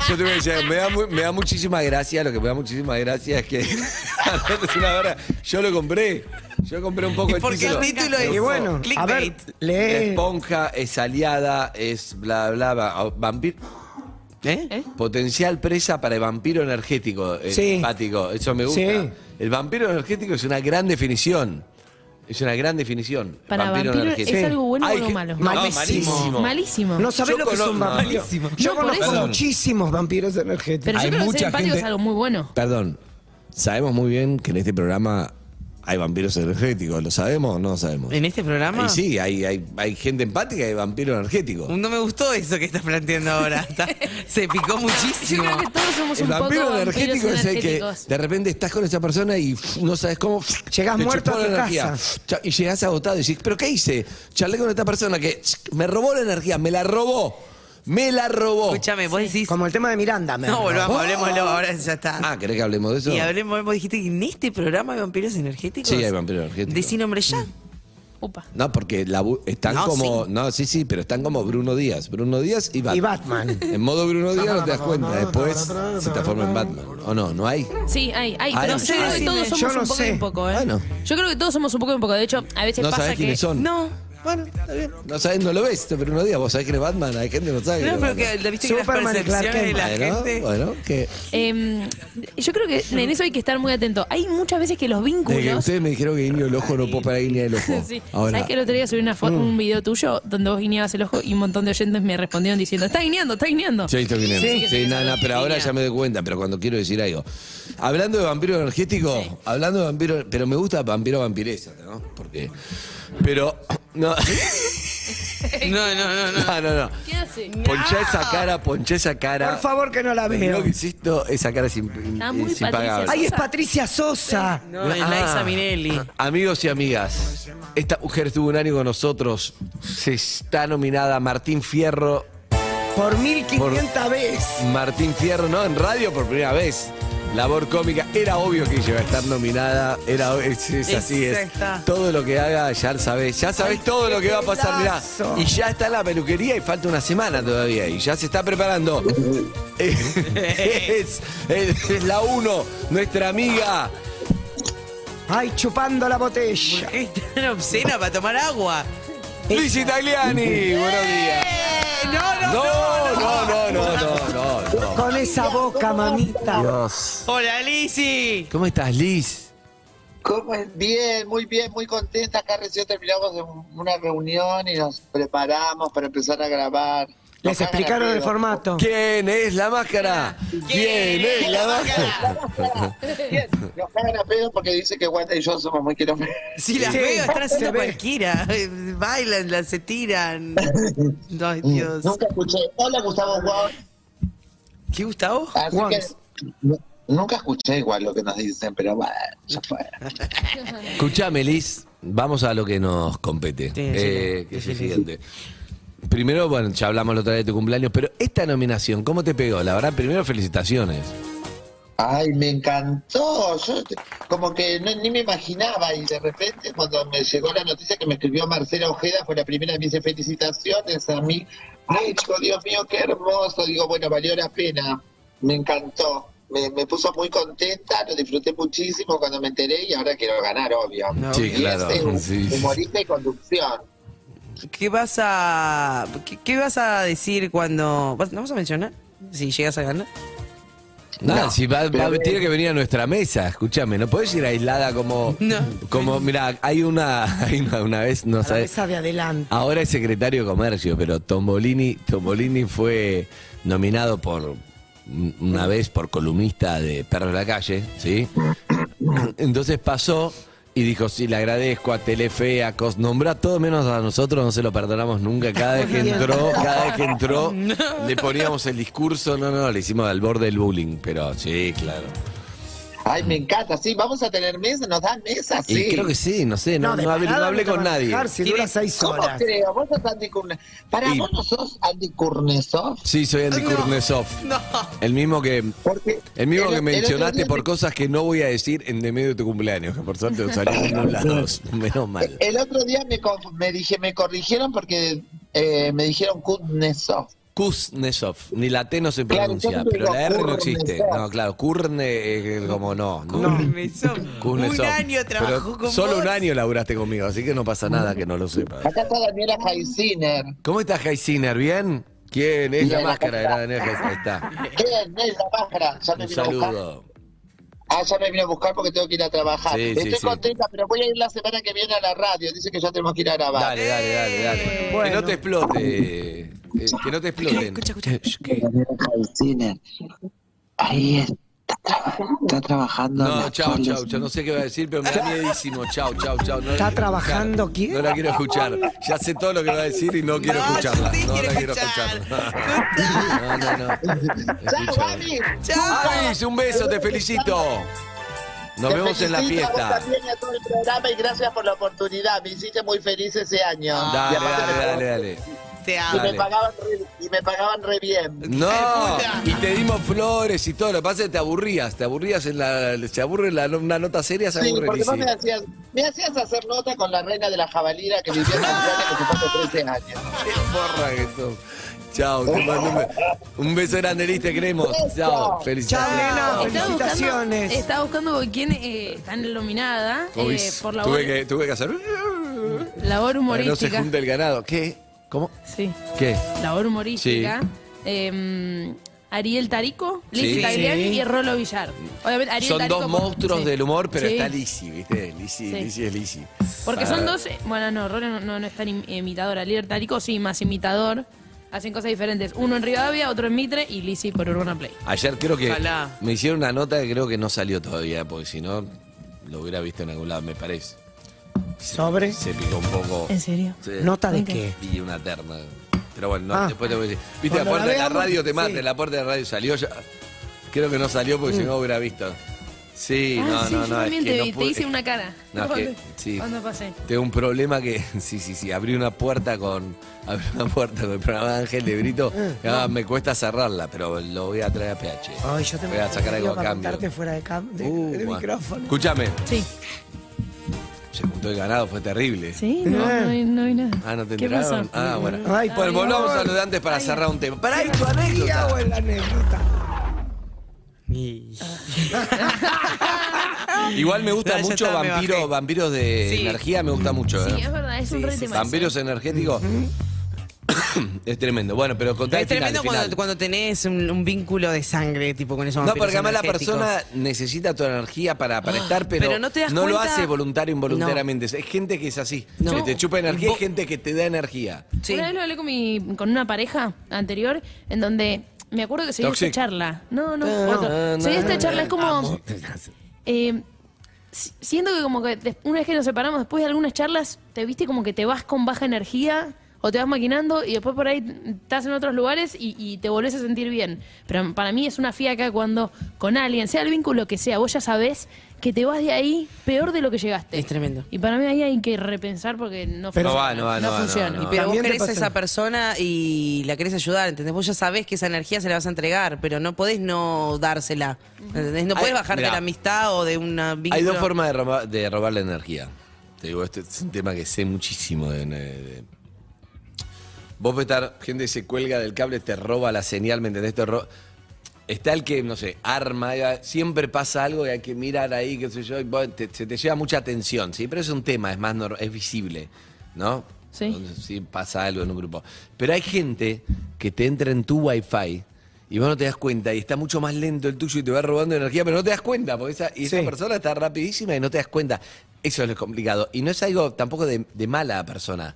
Speaker 3: yo te voy a decir, me da, mu- me da muchísima gracia, lo que me da muchísima gracia es que es una verdad, yo lo compré, yo compré un poco
Speaker 4: ¿Y
Speaker 3: el
Speaker 4: por qué
Speaker 3: título.
Speaker 4: el título es
Speaker 5: Y bueno, a ver,
Speaker 4: clickbait?
Speaker 3: La
Speaker 5: lee.
Speaker 3: esponja es aliada, es bla bla, bla vampir-
Speaker 4: ¿Eh?
Speaker 6: ¿Eh?
Speaker 3: potencial presa para el vampiro energético, eh,
Speaker 5: Sí.
Speaker 3: empático, eso me gusta.
Speaker 5: Sí.
Speaker 3: El vampiro energético es una gran definición. Es una gran definición.
Speaker 6: Para vampiro,
Speaker 3: energético.
Speaker 6: ¿es algo bueno o
Speaker 3: Hay
Speaker 6: algo
Speaker 3: que-
Speaker 6: malo?
Speaker 3: No, malísimo.
Speaker 6: Malísimo.
Speaker 5: No sabés
Speaker 3: Yo
Speaker 5: lo que son
Speaker 3: conozco-
Speaker 5: vampiros.
Speaker 3: Malísimo.
Speaker 5: Yo
Speaker 6: No, por
Speaker 5: conozco
Speaker 6: eso.
Speaker 5: muchísimos vampiros energéticos.
Speaker 6: Pero yo
Speaker 3: Hay
Speaker 6: creo que
Speaker 3: mucha
Speaker 6: ser empático
Speaker 3: gente-
Speaker 6: es algo muy bueno.
Speaker 3: Perdón, sabemos muy bien que en este programa hay vampiros energéticos. ¿Lo sabemos o no lo sabemos?
Speaker 4: ¿En este programa?
Speaker 3: Y sí, hay, hay, hay gente empática y hay vampiros energéticos.
Speaker 4: No me gustó eso que estás planteando ahora. Está- se picó
Speaker 6: Yo
Speaker 4: muchísimo.
Speaker 6: creo que todos somos
Speaker 3: El
Speaker 6: un poco
Speaker 3: vampiro energético
Speaker 6: vampiros
Speaker 3: es el que
Speaker 6: energéticos.
Speaker 3: de repente estás con esa persona y pff, no sabes cómo. pff,
Speaker 5: Llegás
Speaker 3: te
Speaker 5: muerto
Speaker 3: chupó la
Speaker 5: a tu
Speaker 3: energía.
Speaker 5: casa.
Speaker 3: Cha- Y llegás agotado y decís, ¿pero qué hice? Charlé con esta persona que ch, me robó la energía, me la robó. Me la robó.
Speaker 4: Escúchame, vos decís.
Speaker 5: Como el tema de Miranda. me
Speaker 4: No,
Speaker 5: robó.
Speaker 4: volvamos, hablemoslo, ahora ya está.
Speaker 3: Ah, ¿querés que hablemos de eso?
Speaker 4: y hablemos, vos dijiste que en este programa hay vampiros energéticos.
Speaker 3: Sí, hay vampiros energéticos.
Speaker 4: Decí nombre ya.
Speaker 6: Upa.
Speaker 3: No, porque la bu- están
Speaker 4: No,
Speaker 3: como.
Speaker 4: sí.
Speaker 3: No, sí, sí, pero están como Bruno Díaz. Bruno Díaz y Batman.
Speaker 5: Y Batman.
Speaker 3: En modo Bruno Díaz no te das cuenta. Después se transforma en Batman. ¿O no? ¿No hay?
Speaker 6: Sí, hay,
Speaker 3: Ay,
Speaker 6: hay. pero yo creo que
Speaker 5: decime,
Speaker 6: todos
Speaker 5: yo
Speaker 6: somos
Speaker 5: no
Speaker 6: un poco
Speaker 5: sé.
Speaker 6: y un poco, ¿eh?
Speaker 3: Bueno.
Speaker 6: Yo creo que todos somos un poco y un poco. De hecho, a veces
Speaker 3: No
Speaker 6: pasa
Speaker 3: sabés
Speaker 6: que.
Speaker 3: quiénes son.
Speaker 4: No.
Speaker 3: Bueno, está bien. No sabes, no lo ves, este Bruno Díaz. Vos sabés que es Batman, hay gente que no sabe. que
Speaker 4: No,
Speaker 3: es
Speaker 4: pero que,
Speaker 3: Batman.
Speaker 4: la- viste que las
Speaker 5: Superman y Clark
Speaker 4: percepciones de la
Speaker 3: bueno,
Speaker 4: gente.
Speaker 3: bueno, que.
Speaker 6: Eh, yo creo que en eso hay que estar muy atento. Hay muchas veces que los
Speaker 3: Desde que
Speaker 6: vínculos.
Speaker 3: ustedes me dijeron que guiño el ojo, no puedo parar de guiñar el ojo.
Speaker 6: Sí.
Speaker 3: Ahora, mm.
Speaker 6: ¿Sabes que el otro día subí una foto, un video tuyo donde vos guiñabas el ojo y un montón de oyentes me respondieron diciendo: Está guiñando, está guiñando.
Speaker 3: Sí, estoy guiñando.
Speaker 6: Sí,
Speaker 3: Sí,
Speaker 6: sí,
Speaker 3: nada,
Speaker 6: sí,
Speaker 3: nada,
Speaker 6: sí,
Speaker 3: pero ahora
Speaker 6: guiña.
Speaker 3: ya me doy cuenta, pero cuando quiero decir algo. Hablando de vampiro energético, hablando de vampiro, pero me gusta vampiro vampiresa, ¿no? Porque. Pero. No,
Speaker 4: No, no, no,
Speaker 3: no,
Speaker 4: no.
Speaker 3: no. no.
Speaker 6: ¿Qué hace?
Speaker 3: Ponchá esa cara, ponchá esa cara.
Speaker 5: Por favor, que no la
Speaker 3: Lo
Speaker 5: veo.
Speaker 3: que hiciste, esa cara es, imp-
Speaker 6: Está muy
Speaker 3: es impagable.
Speaker 6: Patricia.
Speaker 5: Ahí es Patricia Sosa.
Speaker 4: No, es
Speaker 3: Ah.
Speaker 4: Liza Minelli.
Speaker 3: Amigos y amigas, esta mujer estuvo un año con nosotros. Se está nominada Martín Fierro.
Speaker 5: Por 1500 veces.
Speaker 3: Martín Fierro, ¿no? En radio por primera vez. Labor cómica. Era obvio que ella iba a estar nominada. Era, ob- es, es así, es.
Speaker 4: Exacta.
Speaker 3: Todo lo que haga, ya sabes. Ya sabes todo lo que va a pasar, mirá.
Speaker 5: pedazo.
Speaker 3: Y ya está en la peluquería y falta una semana todavía. Y ya se está preparando. es, es- es la uno, nuestra amiga.
Speaker 5: Ay, chupando la botella.
Speaker 4: ¿Qué tan obscena para tomar agua?
Speaker 3: Luis Italiani. Buenos días.
Speaker 4: No, no,
Speaker 3: No, no, no, no, no, no,
Speaker 5: Con esa boca, mamita.
Speaker 3: Dios.
Speaker 4: Hola, Lizzy.
Speaker 3: ¿Cómo estás, Liz?
Speaker 10: ¿Cómo es? Bien, muy bien, muy contenta. Acá recién terminamos de un- una reunión y nos preparamos para empezar a grabar.
Speaker 5: Les
Speaker 10: Nos cagan
Speaker 5: explicaron
Speaker 10: a
Speaker 5: el
Speaker 10: pedo.
Speaker 5: formato.
Speaker 3: ¿Quién es la máscara? ¿Quién es la máscara?
Speaker 10: Bien, Nos cagan a pedo porque dice que Wanda y yo somos muy kilómetros.
Speaker 4: Si las
Speaker 5: Sí,
Speaker 4: veo, están haciendo
Speaker 5: se ve.
Speaker 4: cualquiera. Bailan, las se tiran. Ay, Dios.
Speaker 10: Nunca escuché. Hola, Gustavo Wong.
Speaker 4: ¿Qué Gustavo?
Speaker 10: Así
Speaker 5: Wong.
Speaker 10: que nu- nunca escuché igual lo que nos dicen, pero bueno, ya fue.
Speaker 3: Escuchame, Liz. Vamos a lo que nos compete.
Speaker 4: Sí,
Speaker 3: Eh,
Speaker 4: sí,
Speaker 3: que es
Speaker 4: sí,
Speaker 3: el
Speaker 4: sí.
Speaker 3: siguiente. Primero, bueno, ya hablamos la otra vez de tu cumpleaños, pero esta nominación, ¿cómo te pegó? La verdad, primero, felicitaciones.
Speaker 10: Ay, me encantó. Yo te- como que no- ni me imaginaba y de repente cuando me llegó la noticia que me escribió Marcela Ojeda fue la primera que me dice felicitaciones a mí. Ay, chico, Dios mío, qué hermoso. Digo, bueno, valió la pena. Me encantó. Me, me puso muy contenta, lo disfruté muchísimo cuando me enteré y ahora quiero ganar, obvio.
Speaker 3: Sí,
Speaker 10: Y
Speaker 3: claro,
Speaker 10: es, eh,
Speaker 3: sí.
Speaker 10: humorista y conducción.
Speaker 4: ¿Qué vas a. Qué, qué vas a decir cuando. vas- ¿No vas a mencionar? Si llegas a ganar.
Speaker 3: Nada,
Speaker 10: No,
Speaker 3: si va- va-
Speaker 10: pero-
Speaker 3: tiene que venir a nuestra mesa, escúchame, no podés ir aislada como. Como, mira, hay una, hay una, una vez, no
Speaker 5: A la
Speaker 3: sabes.
Speaker 5: mesa de adelante.
Speaker 3: Ahora es secretario de Comercio, pero Tombolini, Tombolini fue nominado por un- una vez por columnista de Perro de la Calle, ¿sí? Entonces pasó y dijo, sí, le agradezco a Telefe, a Cos, nombrá todo menos a nosotros, no se lo perdonamos nunca. Cada vez que entró, cada vez que entró, le poníamos el discurso, no, no, le hicimos al borde del bullying, pero sí, claro.
Speaker 10: Ay, me encanta, sí, vamos a tener mesa, nos dan mesa, sí.
Speaker 3: Y creo que sí, no sé, no, no,
Speaker 5: de
Speaker 3: hablé, no
Speaker 5: parada
Speaker 3: hablé
Speaker 5: no te
Speaker 3: con
Speaker 5: van a
Speaker 3: nadie.
Speaker 5: dejar Si dura seis
Speaker 10: ¿Cómo
Speaker 5: horas.
Speaker 10: creo? Vos sos Andy Kurne- Para
Speaker 3: Y-
Speaker 10: vos no sos Andy Kurnesov,
Speaker 3: Sí, soy Andy Kurnesov. El mismo que
Speaker 10: porque...
Speaker 3: El mismo que
Speaker 10: el- el otro
Speaker 3: mencionaste
Speaker 10: día
Speaker 3: por
Speaker 10: te-
Speaker 3: cosas que no voy a decir en de medio de tu cumpleaños, que por suerte salieron en un lado, menos mal.
Speaker 10: El otro día me, conf- me dije, me corrigieron porque eh, me dijeron Kurnesov.
Speaker 3: Kuznetsov, ni la T no se pronuncia,
Speaker 10: Claro, yo
Speaker 3: pero la R
Speaker 10: digo
Speaker 3: no existe.
Speaker 10: Kuznetsov.
Speaker 3: No, claro, Kurne es como no. no.
Speaker 4: un
Speaker 3: Kuznetsov.
Speaker 4: año
Speaker 3: Pero
Speaker 4: trabajó con
Speaker 3: Solo
Speaker 4: vos.
Speaker 3: un año laburaste conmigo, así que no pasa nada que no lo sepas.
Speaker 10: Acá está Daniela Jaisiner.
Speaker 3: ¿Cómo estás, Heisiner? ¿Bien? ¿Quién es
Speaker 10: Bien,
Speaker 3: la
Speaker 10: acá
Speaker 3: máscara de
Speaker 10: está.
Speaker 3: la Daniel Heisiner? Ahí está.
Speaker 10: ¿Quién es la máscara? Ya me
Speaker 3: Un
Speaker 10: vino a buscar.
Speaker 3: saludo.
Speaker 10: Ah, ya me vino a buscar porque tengo que ir a trabajar.
Speaker 3: Sí, sí,
Speaker 10: Ah, Estoy
Speaker 3: sí.
Speaker 10: contenta, pero voy a ir la semana que viene a la radio. Dice que ya tenemos que ir a grabar.
Speaker 3: Dale, dale, dale, dale. Que no te explote. eh, Que no te exploten.
Speaker 10: Daniela Jaisiner. Ahí está, tra- está trabajando.
Speaker 3: No,
Speaker 10: las
Speaker 3: chau,
Speaker 10: colas.
Speaker 3: chau, chau. No sé qué va a decir, pero me da miedísimo. Chau, chau, chau. No la
Speaker 5: ¿Está
Speaker 3: quiero
Speaker 5: trabajando
Speaker 3: escuchar.
Speaker 5: quién?
Speaker 3: No la quiero escuchar. Ya sé todo lo que va a decir y no quiero
Speaker 4: No, yo
Speaker 3: escucharla.
Speaker 4: sí
Speaker 3: no
Speaker 4: quiero
Speaker 3: la quiero
Speaker 4: escuchar.
Speaker 3: escuchar. No, no, no.
Speaker 10: Chau,
Speaker 3: Escucha.
Speaker 10: Gaby.
Speaker 4: Chao.
Speaker 3: Avis, un beso, te felicito. Nos
Speaker 10: Te
Speaker 3: vemos en la
Speaker 10: felicito a vos
Speaker 3: fiesta.
Speaker 10: también y a todo el programa y gracias por la oportunidad. Me hiciste muy feliz ese año. Y
Speaker 3: Dale,
Speaker 10: aparte me
Speaker 3: dale,
Speaker 10: pagaban-
Speaker 3: dale, dale.
Speaker 4: Te
Speaker 10: Y
Speaker 4: amo.
Speaker 10: me,
Speaker 3: dale.
Speaker 10: pagaban re, y me pagaban re bien.
Speaker 3: No, y te dimos flores y todo. Lo que pasa es que te aburrías. Te aburrías en la. Se aburre la, una nota seria, se
Speaker 10: Sí,
Speaker 3: aburre
Speaker 10: porque vos
Speaker 3: Lizzy.
Speaker 10: me hacías, me hacías hacer nota con la reina de la jabalina que vivía en Australia que se fue hace 13 años.
Speaker 3: Qué porra que sos. Chao, te mando un, be- un beso grande, Liz, te queremos. Chao,
Speaker 5: Chao,
Speaker 3: felicidades.
Speaker 5: nena.
Speaker 6: Estaba buscando-
Speaker 5: Felicitaciones.
Speaker 6: Estaba buscando con quién eh, está nominada
Speaker 3: Uy,
Speaker 6: eh, por labor,
Speaker 3: tuve, que, tuve que hacer.
Speaker 6: labor
Speaker 3: Para que No se
Speaker 6: humorística.
Speaker 3: junte el ganado. ¿Qué? ¿Cómo?
Speaker 6: sí,
Speaker 3: ¿Qué?
Speaker 6: labor humorística. Eh, Ariel Tarico, Liz
Speaker 3: Sí.
Speaker 6: Tagliani
Speaker 5: Sí.
Speaker 6: y Rolo Villar. Obviamente, Ariel
Speaker 3: son
Speaker 6: Tarico
Speaker 3: dos
Speaker 6: por-
Speaker 3: monstruos
Speaker 6: sí.
Speaker 3: del humor, pero
Speaker 6: Sí,
Speaker 3: está Lizzy, ¿viste? Lizzy,
Speaker 6: Sí.
Speaker 3: Lizzy es Lizzy.
Speaker 6: Porque son
Speaker 3: Ah.
Speaker 6: dos. eh, Bueno, no, Rolo no, no, no es tan im- imitador. Ariel Tarico sí, más imitador. Hacen cosas diferentes. Uno en Rivadavia, otro en Mitre y Lizzy por Urbana Play.
Speaker 3: Ayer creo que
Speaker 4: Ojalá.
Speaker 3: me hicieron una nota que creo que no salió todavía, porque si no lo hubiera visto en algún lado, me parece.
Speaker 5: ¿Sobre?
Speaker 3: Se picó un poco.
Speaker 6: ¿En serio?
Speaker 3: Sí.
Speaker 5: ¿Nota de qué?
Speaker 3: Y una terna. Pero bueno, no,
Speaker 5: Ah.
Speaker 3: después te voy a decir. Viste, la
Speaker 5: Cuando
Speaker 3: puerta
Speaker 5: la
Speaker 3: de la
Speaker 5: veamos,
Speaker 3: radio te mata,
Speaker 5: sí. Mm.
Speaker 3: la puerta de la radio salió ya. Creo que no salió porque si no hubiera visto. Sí,
Speaker 6: Ah,
Speaker 3: no,
Speaker 6: sí,
Speaker 3: no,
Speaker 6: yo
Speaker 3: no. Es
Speaker 6: también
Speaker 3: que
Speaker 6: te,
Speaker 3: no
Speaker 6: vi, te
Speaker 3: pude-
Speaker 6: hice una cara.
Speaker 3: No, es
Speaker 6: cuando,
Speaker 3: que, sí.
Speaker 6: cuando pasé.
Speaker 3: Tengo un problema que, sí, sí, sí, abrí una puerta con, abrí una puerta con el programa de Ángel de Brito,
Speaker 5: Eh,
Speaker 3: ah, me cuesta cerrarla, pero lo voy a traer a PH.
Speaker 5: Ay, yo te
Speaker 3: voy a sacar algo a
Speaker 5: para
Speaker 3: cambio.
Speaker 5: contarte fuera de, cam- de,
Speaker 3: Uh,
Speaker 5: de
Speaker 3: bueno.
Speaker 5: micrófono.
Speaker 3: Escúchame,
Speaker 6: Sí.
Speaker 3: se juntó el ganado, fue terrible.
Speaker 6: Sí, no, no, vi- no vi nada.
Speaker 3: Ah, ¿no te
Speaker 6: ¿Qué
Speaker 3: enteraron?
Speaker 6: pasó?
Speaker 3: Ah, bueno.
Speaker 5: Ay, por
Speaker 3: bueno, volvamos
Speaker 5: favor.
Speaker 3: a lo de antes para cerrar un tema. Pará,
Speaker 5: Ay, tu anécdota. o en la anécdota. Y-
Speaker 3: Igual me gusta
Speaker 4: Ya, ya
Speaker 3: mucho
Speaker 4: está, me bajé.
Speaker 3: Vampiros Vampiros de
Speaker 4: Sí.
Speaker 3: energía, me gusta mucho.
Speaker 6: Sí,
Speaker 3: ¿eh?
Speaker 6: es verdad, es un re tema.
Speaker 3: Vampiros energéticos. es tremendo. Bueno, pero contá
Speaker 4: Es
Speaker 3: el final,
Speaker 4: tremendo
Speaker 3: el final.
Speaker 4: cuando, cuando tenés un, un vínculo de sangre, tipo con esos
Speaker 3: No,
Speaker 4: vampiros
Speaker 3: porque además la
Speaker 4: energéticos. Ah,
Speaker 3: persona necesita tu energía para, para estar, pero,
Speaker 4: pero no te das
Speaker 3: lo
Speaker 4: cuenta-
Speaker 3: hace voluntario involuntariamente. Es gente que es así,
Speaker 4: No.
Speaker 3: que te chupa energía, es gente que te da energía.
Speaker 4: Sí.
Speaker 6: Una vez lo hablé con, mi, con una pareja anterior en donde me acuerdo que se dio esta
Speaker 3: Toxic.
Speaker 6: charla. No, no, otro. se dio esta charla, es como... eh, si- siento que como que des- una vez que nos separamos, después de algunas charlas, te viste como que te vas con baja energía o te vas maquinando y después por ahí estás en otros lugares y, y te volvés a sentir bien. Pero para mí es una fiaca cuando con alguien, sea el vínculo que sea, vos ya sabés que te vas de ahí peor de lo que llegaste.
Speaker 4: Es tremendo.
Speaker 6: Y para mí ahí hay que repensar porque no
Speaker 5: Pero-
Speaker 3: No Este va,
Speaker 6: funciona.
Speaker 3: no va, no va, no
Speaker 6: funciona.
Speaker 3: va, no va.
Speaker 4: Pero vos
Speaker 5: También te
Speaker 4: querés a
Speaker 5: pasa.
Speaker 4: esa persona y la querés ayudar, ¿entendés? Vos ya sabés que esa energía se la vas a entregar, pero no podés no dársela. ¿entendés? No
Speaker 3: Hay-
Speaker 4: podés bajarte
Speaker 3: mirá.
Speaker 4: de la amistad o de una vínculo.
Speaker 3: Hay dos formas de robar, de robar la energía. Te digo, este es un tema que sé muchísimo. de- de- Vos ves estar, gente se cuelga del cable, te roba la señal, ¿me entendés? Te ro- Está el que, no sé, arma, eh, siempre pasa algo y hay que mirar ahí, qué sé yo, y vos- te- se te lleva mucha atención, ¿sí? Pero es un tema, es más nor- es visible, ¿no?
Speaker 6: Sí.
Speaker 3: Donde sí pasa algo en un grupo. Pero hay gente que te entra en tu wifi Y vos no te das cuenta, y está mucho más lento el tuyo y te va robando energía, pero no te das cuenta, porque esa, y esa
Speaker 5: Sí.
Speaker 3: persona está rapidísima y no te das cuenta. Eso es lo complicado. Y no es algo tampoco de, de mala persona.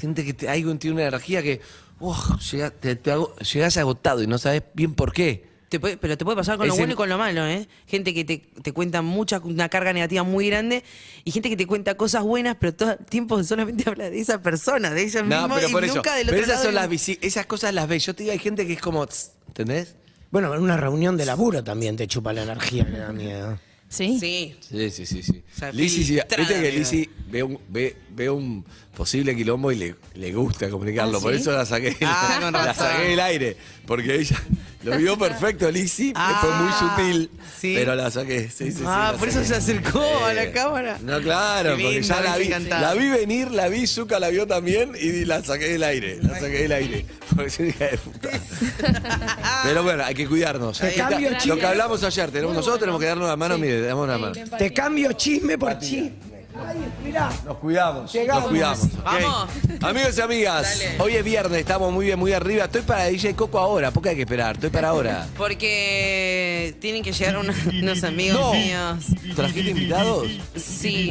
Speaker 3: Gente que te, algo tiene una energía que uf, llega- te, te ago- llegás agotado y no sabes bien por qué.
Speaker 4: Te puede- pero te puede pasar con lo
Speaker 3: Ese-
Speaker 4: bueno y con lo malo, ¿eh? Gente que te, te cuenta mucha, una carga negativa muy grande y gente que te cuenta cosas buenas, pero todo el tiempo solamente habla de esa persona, de ella
Speaker 3: No,
Speaker 4: misma
Speaker 3: pero
Speaker 4: y
Speaker 3: por eso.
Speaker 4: nunca del
Speaker 3: Pero
Speaker 4: otro
Speaker 3: esas,
Speaker 4: lado
Speaker 3: son
Speaker 4: del-
Speaker 3: las visi- esas cosas las ves. Yo te digo, hay gente que es como, tss, ¿entendés?
Speaker 5: Bueno, en una reunión de laburo también te chupa la energía, me da miedo.
Speaker 6: ¿Sí?
Speaker 4: Sí.
Speaker 3: Sí, sí, sí, sí.
Speaker 4: sea,
Speaker 3: Lizzy, sí,
Speaker 4: filtrada,
Speaker 3: viste que
Speaker 4: amigo.
Speaker 3: Lizzy ve un, ve, ve un posible quilombo y le, le gusta comunicarlo.
Speaker 6: ¿Ah,
Speaker 3: Por
Speaker 6: sí?
Speaker 3: eso la saqué,
Speaker 4: Ah, con
Speaker 3: la
Speaker 4: razón.
Speaker 3: saqué del aire. Porque ella lo vio perfecto, Lizzy. que fue muy
Speaker 4: Ah,
Speaker 3: sutil.
Speaker 4: sí.
Speaker 3: Pero la saqué. Sí, sí, sí,
Speaker 4: Ah,
Speaker 3: la
Speaker 4: por eso
Speaker 3: saqué.
Speaker 4: se acercó a la cámara.
Speaker 3: No, claro,
Speaker 4: Qué
Speaker 3: porque
Speaker 4: lindo,
Speaker 3: ya la
Speaker 4: me
Speaker 3: vi,
Speaker 4: encantaba.
Speaker 3: la vi venir, la vi, Zuka la vio también y la saqué del aire. La saqué del aire. Porque soy hija de puta. Pero bueno, hay que cuidarnos.
Speaker 5: Te cambio
Speaker 3: Lo
Speaker 5: chisme.
Speaker 3: que hablamos ayer, tenemos, nosotros tenemos que darnos la mano, mire, damos una mano.
Speaker 5: Te cambio chisme por chisme. Ay, mirá.
Speaker 3: Nos cuidamos.
Speaker 5: Llegamos.
Speaker 3: Nos cuidamos. ok.
Speaker 4: Vamos.
Speaker 3: Amigos y amigas, hoy es viernes, estamos muy bien, muy arriba. Estoy para DJ Coco ahora, poco hay que esperar, estoy para ahora.
Speaker 4: Porque tienen que llegar una- unos amigos
Speaker 3: No.
Speaker 4: míos.
Speaker 3: ¿Trajiste invitados?
Speaker 4: Sí,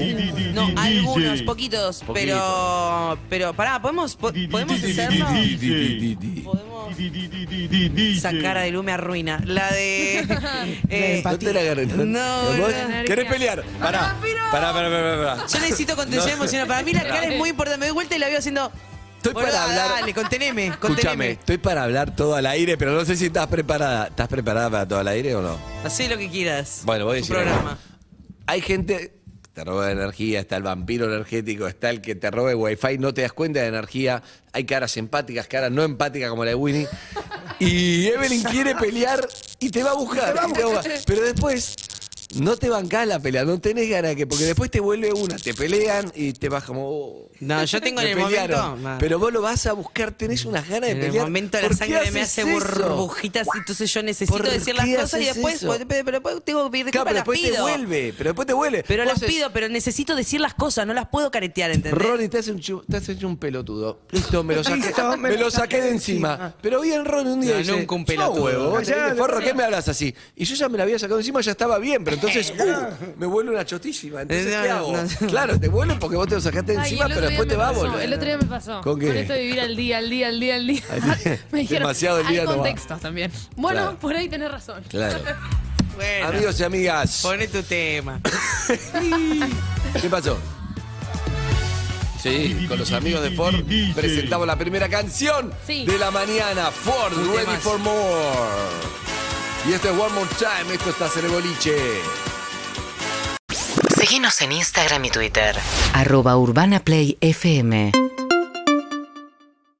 Speaker 4: no, algunos, poquitos, pero. Pero, pará, ¿podemos, po- ¿podemos hacerlo? Podemos. Sacar de Lume arruina. La de. eh,
Speaker 3: No te la agarren.
Speaker 4: No,
Speaker 3: ¿Vos
Speaker 4: no.
Speaker 3: ¿Querés pelear? Pará. Pará, pará, pará, pará.
Speaker 4: Yo necesito contención emocional. Para mí la cara es muy importante. Me doy vuelta y la veo haciendo.
Speaker 3: Estoy para
Speaker 4: "Boluda,
Speaker 3: hablar-
Speaker 4: Dale, conteneme,
Speaker 3: Escúchame,
Speaker 4: conteneme.
Speaker 3: estoy para hablar todo al aire, pero no sé si estás preparada. ¿Estás preparada para todo al aire o no?
Speaker 4: Hacé lo que quieras.
Speaker 3: Bueno, voy a
Speaker 4: Tu
Speaker 3: decir.
Speaker 4: programa.
Speaker 3: Hay gente que te roba energía, está el vampiro energético, está el que te roba el wifi, no te das cuenta de energía. Hay caras empáticas, caras no empáticas como la de Winnie. Y Evelyn quiere pelear y te va a buscar. y te va a buscar. Pero después. No te bancás la pelea, no tenés ganas de que, porque después te vuelve una, te pelean y te vas como. oh,
Speaker 4: No, yo tengo en
Speaker 3: me
Speaker 4: el
Speaker 3: pelearon.
Speaker 4: momento. ma,
Speaker 3: Pero vos lo vas a buscar, tenés unas ganas de
Speaker 4: En el
Speaker 3: pelear.
Speaker 4: momento la
Speaker 3: ¿Por qué
Speaker 4: sangre me hace
Speaker 3: haces eso?
Speaker 4: burbujitas, entonces yo necesito
Speaker 3: ¿Por
Speaker 4: decir las
Speaker 3: qué
Speaker 4: cosas y
Speaker 3: haces
Speaker 4: después,
Speaker 3: eso?
Speaker 4: pero, pero tengo que pedir
Speaker 3: Claro, pero
Speaker 4: disculpas, las
Speaker 3: después te
Speaker 4: pido.
Speaker 3: vuelve, pero después te vuelve.
Speaker 4: Pero
Speaker 3: Vos
Speaker 4: las
Speaker 3: haces-
Speaker 4: pido, pero necesito decir las cosas, no las puedo caretear, ¿entendés?
Speaker 3: Ronnie, te has, hecho, te has hecho un pelotudo. Listo, me lo saqué,
Speaker 5: Listo,
Speaker 3: me lo saqué de encima. Pero bien, Ronnie, un día
Speaker 4: No,
Speaker 3: dice,
Speaker 4: nunca un
Speaker 3: "Yo,
Speaker 4: pelotudo".
Speaker 3: huevo, vos te
Speaker 5: Callate,
Speaker 3: dices, forro, ¿qué me hablas así? Y yo ya me la había sacado encima, ya estaba bien, pero entonces, uh, me vuelve una chotísima. Entonces,
Speaker 4: No,
Speaker 3: ¿qué
Speaker 4: no,
Speaker 3: hago?
Speaker 4: no.
Speaker 3: Claro, te vuelve porque vos te lo sacaste
Speaker 6: Ay,
Speaker 3: encima,
Speaker 6: el otro
Speaker 3: pero
Speaker 6: día
Speaker 3: después
Speaker 6: me
Speaker 3: te va a
Speaker 6: pasó,
Speaker 3: volver.
Speaker 6: El otro día me pasó.
Speaker 3: ¿Con qué?
Speaker 6: esto de vivir al día, al día, al día, al día. me dijeron.
Speaker 3: Demasiado el día
Speaker 6: hay
Speaker 3: no va".
Speaker 6: contextos también. Bueno,
Speaker 3: Claro.
Speaker 6: por ahí tenés razón.
Speaker 3: Claro.
Speaker 4: Bueno,
Speaker 3: Amigos y amigas,
Speaker 4: poné tu tema.
Speaker 3: ¿qué pasó? Sí, con los amigos de Ford presentamos la primera canción
Speaker 6: Sí.
Speaker 3: de la mañana. Ford,
Speaker 4: Un
Speaker 3: Ready
Speaker 4: temazo.
Speaker 3: for More. Y esto es One More Time, esto está en el boliche.
Speaker 11: Seguinos en Instagram y Twitter. Arroba Urbana Play FM.